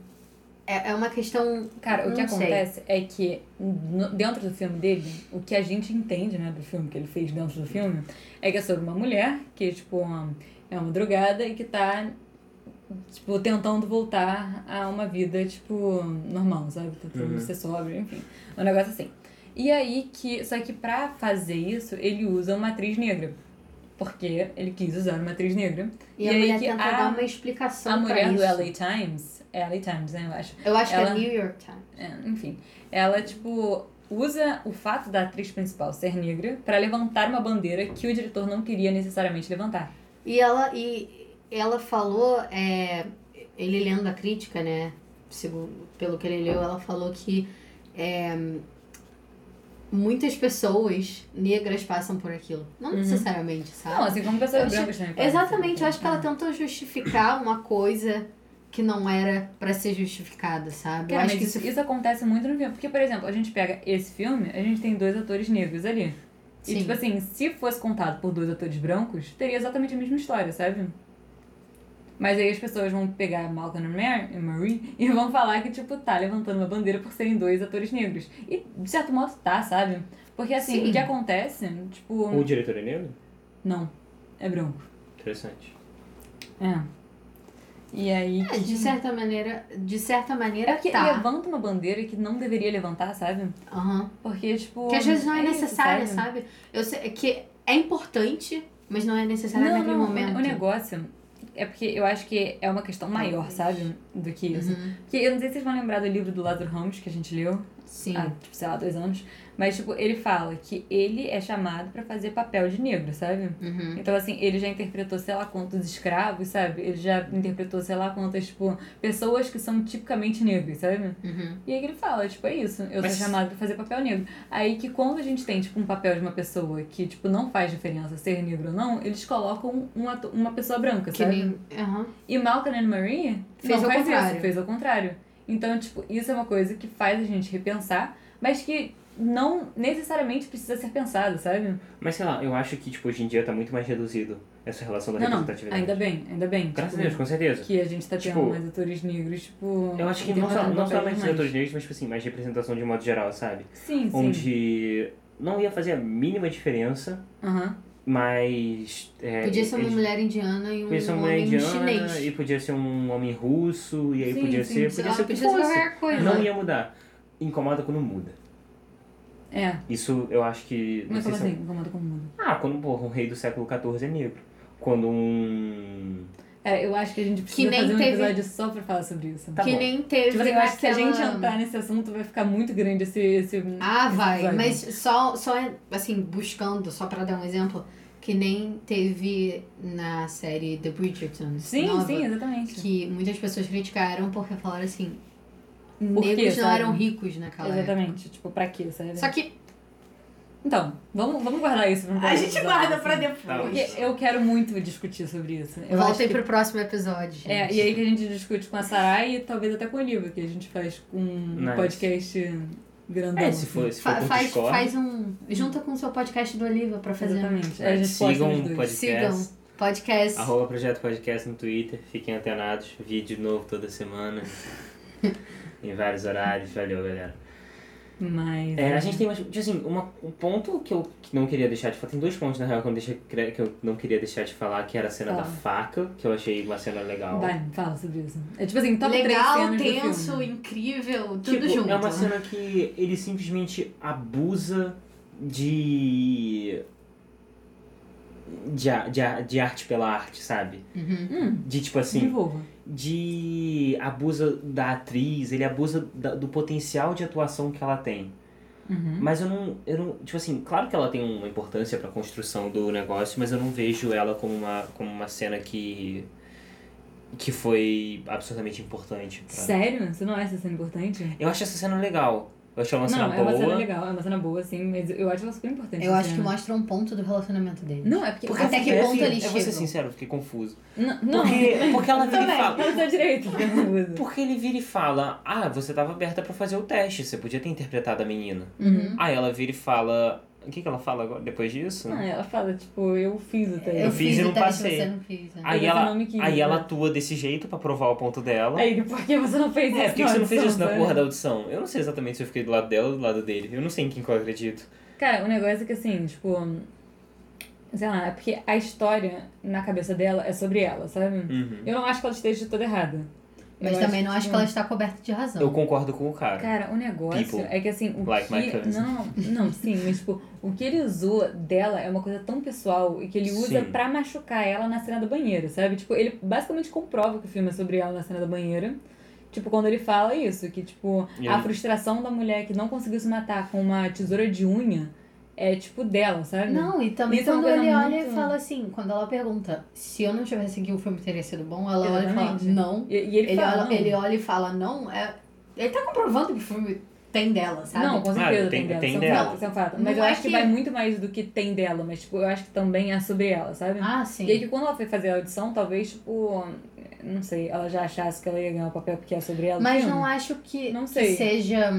é, é uma questão.
Cara, o que
Não sei.
acontece é que no- dentro do filme dele, o que a gente entende, né, do filme que ele fez dentro do filme, é que é sobre uma mulher que, tipo, uma- é uma drogada e que tá, tipo, tentando voltar a uma vida, tipo, normal, sabe? Tentando
Uhum.
ser sóbrio, enfim. Um negócio assim. E aí que. Só que pra fazer isso, ele usa uma atriz negra. Porque ele quis usar uma atriz negra.
E,
E
a
aí
mulher
que
tentou
a-
dar uma explicação
a mulher
pra
do
isso.
LA Times. É LA Times, né, eu acho.
Eu acho
ela-
que é New York Times.
É, enfim, ela, tipo, usa o fato da atriz principal ser negra pra levantar uma bandeira que o diretor não queria necessariamente levantar.
E ela, e ela falou, é, ele lendo a crítica, né? segu- pelo que ele leu, ela falou que é, muitas pessoas negras passam por aquilo. Não
Uhum.
necessariamente, sabe? é.
Não, assim como pessoas
Ah. Eu acho-
brancas também. podem
Exatamente,
ser.
eu acho que ela tentou justificar uma coisa que não era pra ser justificada, sabe? Eu
Cara,
acho
mas
que
isso,
isso é
isso acontece muito no filme. Porque, por exemplo, a gente pega esse filme, a gente tem dois atores negros ali. E,
Sim.
tipo assim, se fosse contado por dois atores brancos, teria exatamente a mesma história, sabe? Mas aí as pessoas vão pegar Malcolm e Mar- e Marie e vão falar que, tipo, tá levantando uma bandeira por serem dois atores negros. E, de certo modo, tá, sabe? Porque, assim,
Sim.
o que acontece, tipo...
O diretor é negro?
Não, é branco.
Interessante.
É. E aí...
é, de certa maneira, de certa maneira
É que
tá.
levanta uma bandeira que não deveria levantar, sabe?
Aham.
Porque, tipo...
Que às vezes não é,
isso,
necessária, sabe? Eu sei que é importante, mas não é necessária
Não,
naquele
não,
momento.
o negócio é porque eu acho que é uma questão maior,
Talvez.
sabe? Do que isso.
Uhum,
Porque eu não sei se vocês vão lembrar do livro do Lázaro Ramos que a gente leu
Sim.
há, tipo, sei lá, dois anos. Mas, tipo, ele fala que ele é chamado pra fazer papel de negro, sabe?
Uhum.
Então, assim, ele já interpretou sei lá quantos escravos, sabe? Ele já interpretou sei lá quantas, tipo, pessoas que são tipicamente negras, sabe?
Uhum.
E aí que ele fala, tipo, é isso, eu
Mas-
sou chamado pra fazer papel negro. Aí que quando a gente tem, tipo, um papel de uma pessoa que, tipo, não faz diferença ser negro ou não, eles colocam um ato- uma pessoa branca,
Que
sabe?
nem. Aham.
E Malcolm and Marie
Fez
não
ao
faz
contrário.
isso, fez ao contrário. Então, tipo, isso é uma coisa que faz a gente repensar, mas que não necessariamente precisa ser pensada, sabe?
Mas sei lá, eu acho que tipo, hoje em dia tá muito mais reduzido essa relação da
Não, não,
representatividade.
ainda bem, ainda bem.
Graças
tipo,
a Deus, com certeza.
Que a gente tá tendo
Tipo,
mais atores negros, tipo...
Eu acho que não só,
interpretando
não só
papéis
mais
normais.
atores negros, Um mas tipo assim, mais representação de modo geral, sabe?
Sim, sim.
Onde não ia fazer a mínima diferença,
Aham.
mas. é,
Podia ser uma
eles-
mulher indiana e um
Podia ser uma mulher
homem
indiana,
chinês.
e podia ser um homem russo, e aí
Sim,
podia
sim,
ser.
Sei
Podia
lá,
ser o que
podia ser
fosse.
qualquer coisa.
Não ia mudar. Incomoda quando muda.
É.
Isso eu acho que. Não
Mas
sei
como
se é
assim?
um-
Incomoda como muda.
Ah, quando porra, um rei do século XIV é negro. Quando um.
É, eu acho que a gente precisa
nem
fazer um
teve-
episódio só pra falar sobre isso.
Tá
que
bom.
nem teve.
Tipo assim, eu acho que se a
naquela-
gente entrar nesse assunto vai ficar muito grande esse... esse...
Ah, vai.
episódio.
Mas só, só é, assim, buscando, só pra dar um exemplo, que nem teve na série The Bridgerton.
Sim, sim, exatamente.
Que muitas pessoas criticaram porque falaram assim.
Por quê,
negros não
sabe?
eram ricos naquela época.
Exatamente. Tipo, pra quê, sabe?
Só que
Então, vamos, vamos guardar isso. pra um
a gente
episódio,
guarda
assim.
pra
Tá,
depois.
ok.
Porque eu quero muito discutir sobre isso. Eu acho
Voltem
que...
pro próximo episódio, gente.
É, e aí que a gente discute com a Sarai e talvez até com o Oliva, que a gente faz com um
Nice.
podcast grandão. assim.
É, se for, se for
Fa-
com
faz,
Discord,
faz um. Junta com o seu podcast do Oliva pra fazer um
Exatamente. Aí É, a gente
sigam
posta
o
os dois.
podcast.
Sigam. um podcast.
Arroba Projeto Podcast no Twitter, fiquem antenados, vídeo novo toda semana, em vários horários, valeu galera.
Mas...
É, a gente tem mais, tipo assim, uma- um ponto que eu que não queria deixar de falar, tem dois pontos na real que eu, não deixei- que eu não queria deixar de falar, que era a cena da
Fala.
faca, que eu achei uma cena legal.
Vai, fala sobre isso. É tipo assim, top
Legal,
três cenas do
tenso,
filme.
incrível, tudo
Tipo,
junto.
É
né?
uma cena que ele simplesmente abusa de... De, a- de, a- de arte pela arte, sabe?
Uhum.
Hum,
De tipo assim.
desenvolva.
de abusa da atriz, ele abusa da- do potencial de atuação que ela tem.
Uhum.
Mas eu não, eu não, tipo assim, claro que ela tem uma importância pra construção do negócio, mas eu não vejo ela como uma como uma cena que que foi absolutamente importante pra...
Sério? Você não acha essa cena importante?
Eu acho essa cena legal. Eu achei uma É cena
Não, é uma cena
boa.
legal, é uma cena boa, assim, mas eu acho ela super importante.
Eu
essa
acho que
cena.
mostra um ponto do relacionamento dele.
Não, é porque.
Porque até que
eu
ponto
fiquei- assim,
eles
Eu vou ser
chegam?
sincero, eu fiquei confuso.
Não, não,
porque, porque ela vira e
Também,
fala.
é ela deu direito.
Porque ele vira e fala: Ah, você tava aberta pra fazer o teste, você podia ter interpretado a menina.
Uhum.
Aí ela vira e fala. O que, que ela fala agora, depois disso?
Ah, ela fala, tipo, eu fiz o teste.
Eu fiz e
o
não
teste,
passei.
Você não fez, né?
aí
você
ela,
não me quis,
aí ela
né?
atua desse jeito pra provar o ponto dela.
Aí, ele, por que você não fez isso? é.
é, por que que você não fez isso na
sabe?
porra da audição? Eu não sei exatamente se eu fiquei do lado dela ou do lado dele. Eu não sei em quem que eu acredito.
Cara, o negócio é que assim, tipo. Sei lá, é porque a história na cabeça dela é sobre ela, sabe?
Uhum.
Eu não acho que ela esteja toda errada.
Mas
Eu
também não acho que ela
tipo,
está coberta de razão.
Eu concordo com o cara.
Cara, o negócio
People
é que assim, o
like my
que.
cousin.
Não, não, sim, mas tipo, o que ele usou dela é uma coisa tão pessoal e que ele usa
Sim.
pra machucar ela na cena do banheiro, sabe? Tipo, ele basicamente comprova que o filme é sobre ela na cena do banheiro. Tipo, quando ele fala isso, que tipo,
E
a
ele-
frustração da mulher que não conseguiu se matar com uma tesoura de unha é tipo dela, sabe?
Não, e também
Isso é uma
quando
coisa
ele olha e
muito-
fala assim, quando ela pergunta se eu não tivesse aqui o filme teria sido bom, ela olha e fala
Exatamente.
não.
E, e ele,
Ele
fala,
olha,
não,
ele olha e fala não, é... ele tá comprovando que o filme tem dela, sabe?
Não, com
Ah,
certeza
tem-
tem, dela.
tem
isso é um
dela.
fato, isso é um fato. Mas
Não
eu
é
acho que...
que-
vai muito mais do que tem dela, mas tipo, eu acho que também é sobre ela, sabe?
Ah, sim.
E aí que quando ela foi fazer a audição, talvez, tipo, não sei, ela já achasse que ela ia ganhar o papel porque é sobre ela.
Mas não acho que,
Não
que
sei.
seja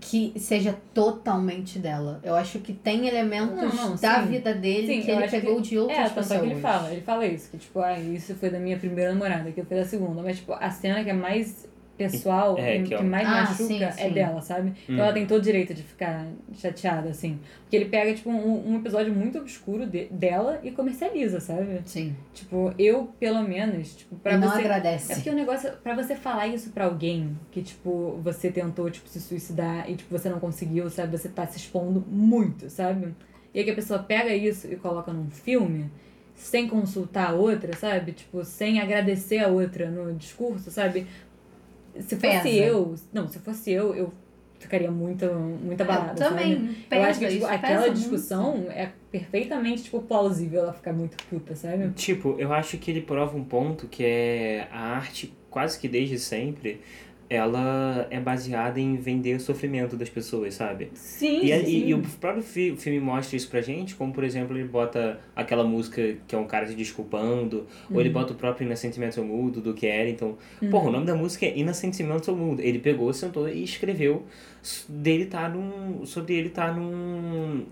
que seja totalmente dela. Eu acho que tem elementos
Não, não,
da
sim.
vida dele
Sim,
que
eu
ele
acho
pegou de outras
É, tanto
pessoas.
é que ele fala, ele fala isso, que tipo, ah, isso foi da minha primeira namorada, que foi da segunda. Mas, tipo, a cena que é mais pessoal,
É,
e
que
que,
é o-
mais
Ah,
machuca,
sim,
é
sim.
dela, sabe?
Uhum.
Então ela tem todo o direito de ficar chateada, assim. Porque ele pega, tipo, um, um episódio muito obscuro de- dela e comercializa, sabe?
Sim.
Tipo, eu, pelo menos, tipo, pra
e não
você. É
agradece.
porque o negócio, pra você falar isso pra alguém que, tipo, você tentou, tipo, se suicidar e, tipo, você não conseguiu, sabe? Você tá se expondo muito, sabe? E aí que a pessoa pega isso e coloca num filme sem consultar a outra, sabe? Tipo, sem agradecer a outra no discurso, sabe? Se fosse
Pesa.
eu, não, se fosse eu, eu ficaria muito, muito abalada,
Eu
sabe?
também.
Eu
penso,
acho que, tipo,
isso
aquela
pesa
discussão é perfeitamente, tipo, plausível ela ficar muito puta, sabe?
Tipo, eu acho que ele prova um ponto que é a arte, quase que desde sempre, ela é baseada em vender o sofrimento das pessoas, sabe?
Sim,
E, a- e- e o próprio fi- filme mostra isso pra gente, como por exemplo ele bota aquela música que é um cara se desculpando, ou ele bota o próprio Inascentimento Mudo do Carrington.
Uhum.
Porra, o nome da música é Inascentimento Mudo. Ele pegou, sentou e escreveu s- dele tá num. sobre ele tá num.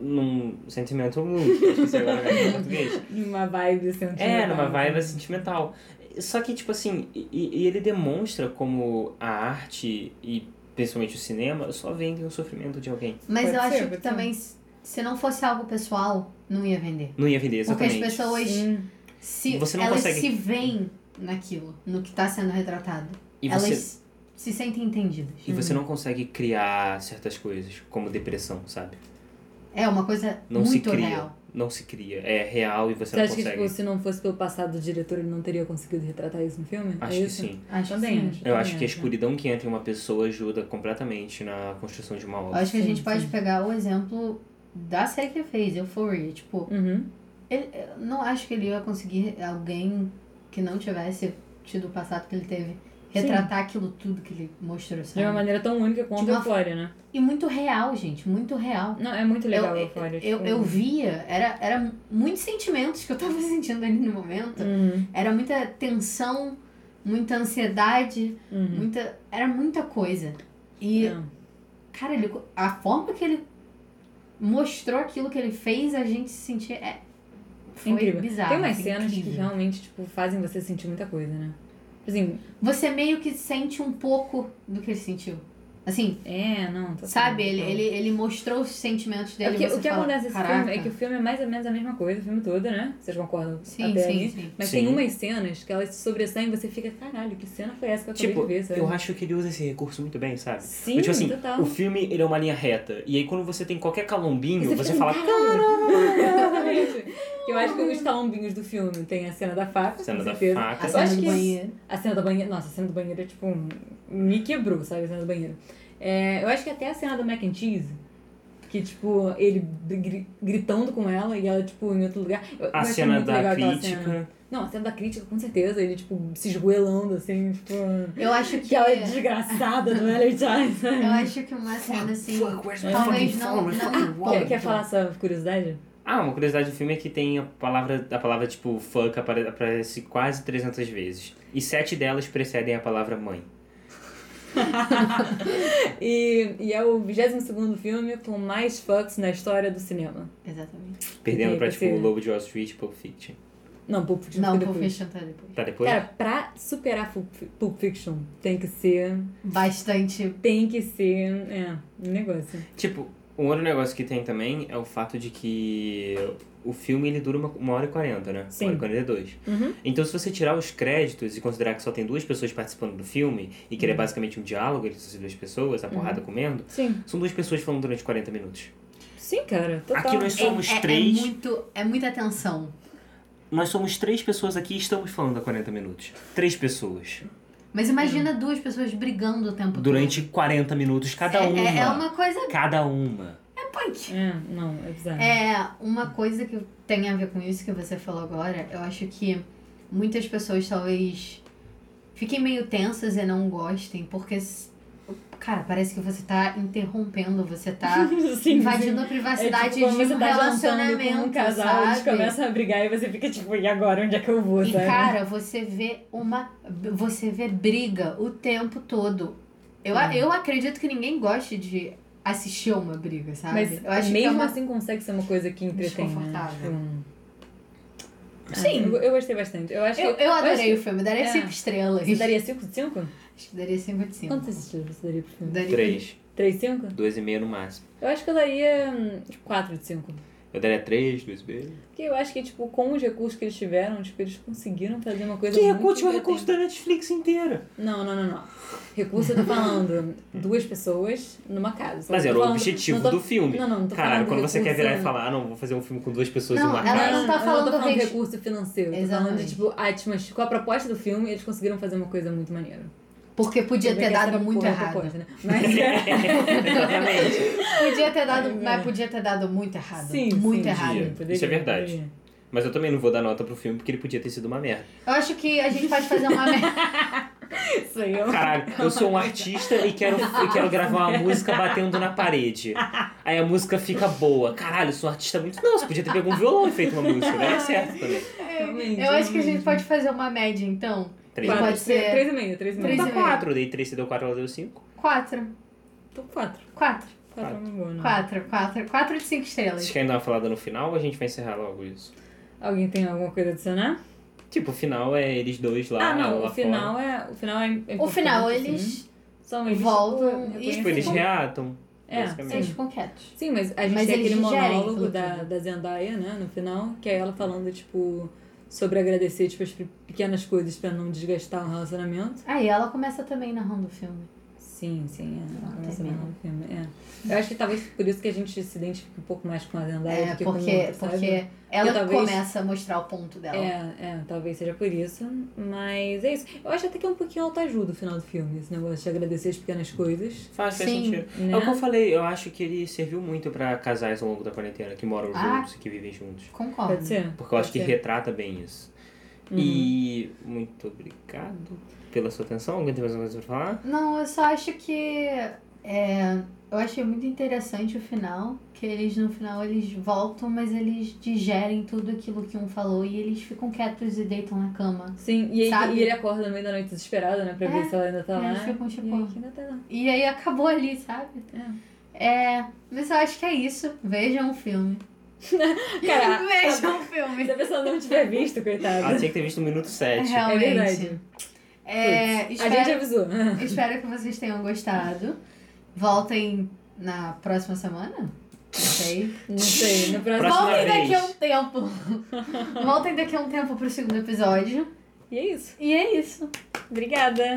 num sentimento mudo. Esqueci é agora o nome em português.
Numa vibe assim, um sentimental.
É, numa vibe sentimental. Só que, tipo assim, e- e, e ele demonstra como a arte e principalmente o cinema só vendem o sofrimento de alguém.
Mas
Pode
eu
ser,
acho
pode
que
ser.
também, se- se não fosse algo pessoal, não ia vender.
Não ia vender,
Porque
exatamente.
as pessoas,
Sim.
se,
Você não
elas
consegue-
se veem naquilo, no que tá sendo retratado.
E
elas Hum.
você,
se sentem entendidas.
e você não consegue criar certas coisas, como depressão, sabe?
É uma coisa
Não se
muito
cria.
real.
Não se cria. É real e você,
Você
não
acha que,
consegue.
tipo, se não fosse pelo passado do diretor, ele não teria conseguido retratar isso no filme?
Acho
é
que
isso?
sim.
Acho também.
sim.
Eu
também
acho que a escuridão que entra em uma pessoa ajuda completamente na construção de uma
Eu
obra.
acho que a
Sim,
gente pode
sim.
pegar o exemplo da série que ele fez, Euphoria. Tipo,
Uhum.
ele, eu não acho que ele ia conseguir alguém que não tivesse tido o passado que ele teve retratar aquilo tudo que ele mostrou,
De uma
sabe?
maneira tão única quanto
De uma-
a Euphoria, né?
E muito real, gente, muito real.
Não, é muito legal a
eu,
Euphoria.
eu,
tipo...
eu via, era, era muitos sentimentos que eu tava sentindo ali no momento.
Uhum,
Era muita tensão, muita ansiedade,
uhum.
muita. Era muita coisa. E
É.
Cara, ele, a forma que ele mostrou aquilo que ele fez a gente se sentir é foi
Incrível.
bizarro.
Tem umas
foi
cenas
Ah, incrível.
que realmente, tipo, fazem você sentir muita coisa, né? Assim,
Você meio que sente um pouco do que ele sentiu. Assim,
é, não... tá
sabe?
certo,
Ele,
não.
ele, ele mostrou os sentimentos
É
dele.
porque,
e você
o que
fala,
acontece nesse
Caraca.
filme é que o filme é mais ou menos a mesma coisa, o filme todo, né? Vocês concordam?
Sim,
até
sim,
ali?
sim.
Mas
Sim.
tem umas cenas que elas se sobressaem e você fica, caralho, que cena foi essa que eu acabei
Tipo,
de ver, sabe?
eu acho que ele usa esse recurso muito bem, sabe?
Sim,
tipo assim,
total.
o filme ele é uma linha reta. E aí quando você tem qualquer calombinho, você,
fica, assim,
fala.
Exatamente. Eu acho que os calombinhos do filme tem a cena da faca,
Cena
com
da
certeza.
faca.
a
Eu
cena
acho
do
que-
banheiro.
A cena da banheira. Nossa, a cena do banheiro é tipo. um- Me quebrou, sabe? A cena do banheiro. É, eu acho que até a cena do mac and cheese Que, tipo, ele gri- gritando com ela e ela, tipo, em outro lugar. Eu, eu
A
achei
cena
muito legal
da
aquela
crítica.
cena. Não, a cena da crítica, com certeza. Ele, tipo, se esgoelando, assim, tipo.
Eu acho que.
Que ela é desgraçada do Ellen Johnson.
Eu acho que uma cena assim. Talvez não. não
Quer, quer falar essa curiosidade?
Ah, uma curiosidade do filme é que tem a palavra, a palavra tipo fuck apare- aparece quase 300 vezes. E sete delas precedem a palavra mãe.
E, e é o 22 filme com mais fucks na história do cinema.
Exatamente.
Perdendo
Ok,
pra tipo
você-
Lobo de Wall Street e Pulp Fiction.
Não, Pulp Fiction.
Não,
fica
vou
depois.
fechar tá depois.
Tá depois?
Cara, pra superar Pulp Fi- Pulp Fiction, tem que ser.
Bastante.
Tem que ser. É, um negócio.
Tipo, um outro negócio que tem também é o fato de que o filme ele dura uma, uma hora e quarenta, né?
Sim.
Uma hora e quarenta e dois.
Uhum.
Então, se você tirar os créditos e considerar que só tem duas pessoas participando do filme e que ele é basicamente um diálogo entre essas duas pessoas, a porrada comendo,
Sim.
são duas pessoas falando durante 40 minutos.
Sim, cara. Total.
Aqui nós somos
é, é-
três.
É, muito, é muita atenção.
Nós somos três pessoas aqui e estamos falando há 40 minutos. Três pessoas.
Mas imagina duas pessoas brigando o tempo
Durante 40 minutos, cada
todo.
uma.
É, é uma coisa
Cada uma.
punk.
É, não, é bizarro.
É, uma coisa que tem a ver com isso que você falou agora, eu acho que muitas pessoas talvez fiquem meio tensas e não gostem, porque. s- Cara, parece que você tá interrompendo, você tá
Sim, É
invadindo
sim.
a privacidade
quando
de um
você tá jantando
relacionamento.
com um casal, eles
sabe?
começam a brigar e você fica tipo, e agora onde é que eu vou,
E
sabe?
cara, você vê uma. Você vê briga o tempo todo. Eu,
É.
a- eu acredito que ninguém goste de assistir a uma briga, sabe?
Mas
eu acho
mesmo
que é uma.
assim consegue ser uma coisa que entretém. Né?
Desconfortável.
Hum.
Sim.
Ah, Eu, eu gostei bastante. Eu acho
Eu,
que.
eu adorei
acho
o filme, daria
é.
5 estrelas.
que- Você daria 5 de 5?
Acho que daria 5 de 5.
Quantas estrelas você daria pro filme?
Daria...
Três.
3 de 5?
Dois e meio no máximo.
Eu acho que eu daria 4 de 5.
Eu daria três, dois e meio.
Porque eu acho que, tipo, com os recursos que eles tiveram, tipo, eles conseguiram fazer uma coisa
Que
muito
recurso? Tinha o
entretente.
recurso da Netflix inteira.
tá-
Não, não, não, não. Recurso eu tô falando duas pessoas numa casa.
Mas era
Eu tô
o
tá falando-
objetivo
não tô-
do filme.
Não, não, não tô
Cara,
falando
quando você quer
recurso-
virar e falar, ah, não, vou fazer um filme com duas pessoas
Não,
e uma
ela
casa.
não tá
eu
falando
tô falando
res-
recurso financeiro. eu Tô falando de,
Exatamente.
tipo, ah, mas com a proposta do filme, eles conseguiram fazer uma coisa muito maneira.
Porque podia
Tudo bem
ter
que essa
dado
não
muito
foi a
errado.
proposta, né? Mas é.
Exatamente.
Podia ter dado,
É,
mas
é.
podia ter dado muito errado.
sim,
muito
sim,
errado.
podia. Isso é verdade.
poderia.
Mas eu também não vou dar nota pro filme porque ele podia ter sido uma merda.
Eu acho que a gente pode fazer uma merda.
Isso aí, eu...
Caralho, eu sou um artista e quero, e quero gravar uma música batendo na parede. Aí a música fica boa. Caralho, eu sou um artista muito. Não, você podia ter pego um violão e feito uma música, daria certo também.
Realmente,
Eu acho que a gente
realmente.
pode fazer uma média, então.
Três.
Pode
Quatro.
ser.
3 e meio, 3 e Tá,
Três
meio.
Dá
e meio.
quatro, eu dei três, você deu quatro, ela deu cinco.
Quatro.
Tô 4.
Quatro.
4 é uma boa, né?
Quatro. Quatro. Quatro de cinco
Vocês
estrelas.
querem dar uma falada no final ou a gente vai encerrar logo isso?
Alguém tem alguma coisa a adicionar?
Tipo, o final é eles dois lá.
ah, não,
lá
o final é. O final é. é
O final,
importante, assim.
eles,
São eles
voltam
tipo,
e-
Fora. Tipo, eles
reconhecem-
reatam.
É,
basicamente.
eles ficam quietos.
Sim, mas a gente
Mas
tem
eles
aquele
digerem
monólogo
aquilo
da,
tudo.
da Zendaya, né, no final, que é ela falando, tipo, sobre agradecer, tipo, as pe- pequenas coisas pra não desgastar o relacionamento.
Aí Ah, ela começa também narrando o filme.
Sim, sim, é.
Não,
Nossa,
termina.
não, o filme, é. Eu acho que talvez por isso que a gente se identifica um pouco mais com a Zendaya
É,
do que com o
porque,
outro, sabe?
porque ela que
talvez-
começa a mostrar o ponto dela.
É, é, talvez seja por isso, mas é isso. Eu acho até que é um pouquinho autoajuda o final do filme, esse negócio de agradecer as pequenas coisas.
Faz, faz
Sim.
sentido.
Né?
É o que eu falei, eu acho que ele serviu muito pra casais ao longo da quarentena que moram
Ah.
juntos e que vivem juntos.
Concordo.
Pode ser? Uhum.
Porque eu acho que
Pode ser.
retrata bem isso. E muito obrigado pela sua atenção. Alguém tem mais alguma coisa pra falar?
Não, eu só acho que. é, eu achei muito interessante o final, que eles no final eles voltam, mas eles digerem tudo aquilo que um falou e eles ficam quietos e deitam na cama.
Sim, e, aí-
Sabe?
e ele acorda no meio da noite desesperado, né? Pra
É,
ver se ela ainda tá
e
lá.
eles ficam tipo-
E aí que ainda tá lá.
E aí acabou ali, sabe? É. mas eu acho que é isso. Vejam o filme.
Cara,
Vejam o filme.
se a pessoa não tiver visto, coitada.
Ela Ah, tinha que ter visto no minuto 7.
É
Realmente.
verdade.
É,
Putz, A gente
espero,
avisou.
espero que vocês tenham gostado. Voltem na próxima semana? Não sei.
Não sei, na próxima.
Próxima
Voltem
vez.
daqui a um tempo. Voltem daqui a um tempo pro segundo episódio.
E é isso.
E é isso.
Obrigada.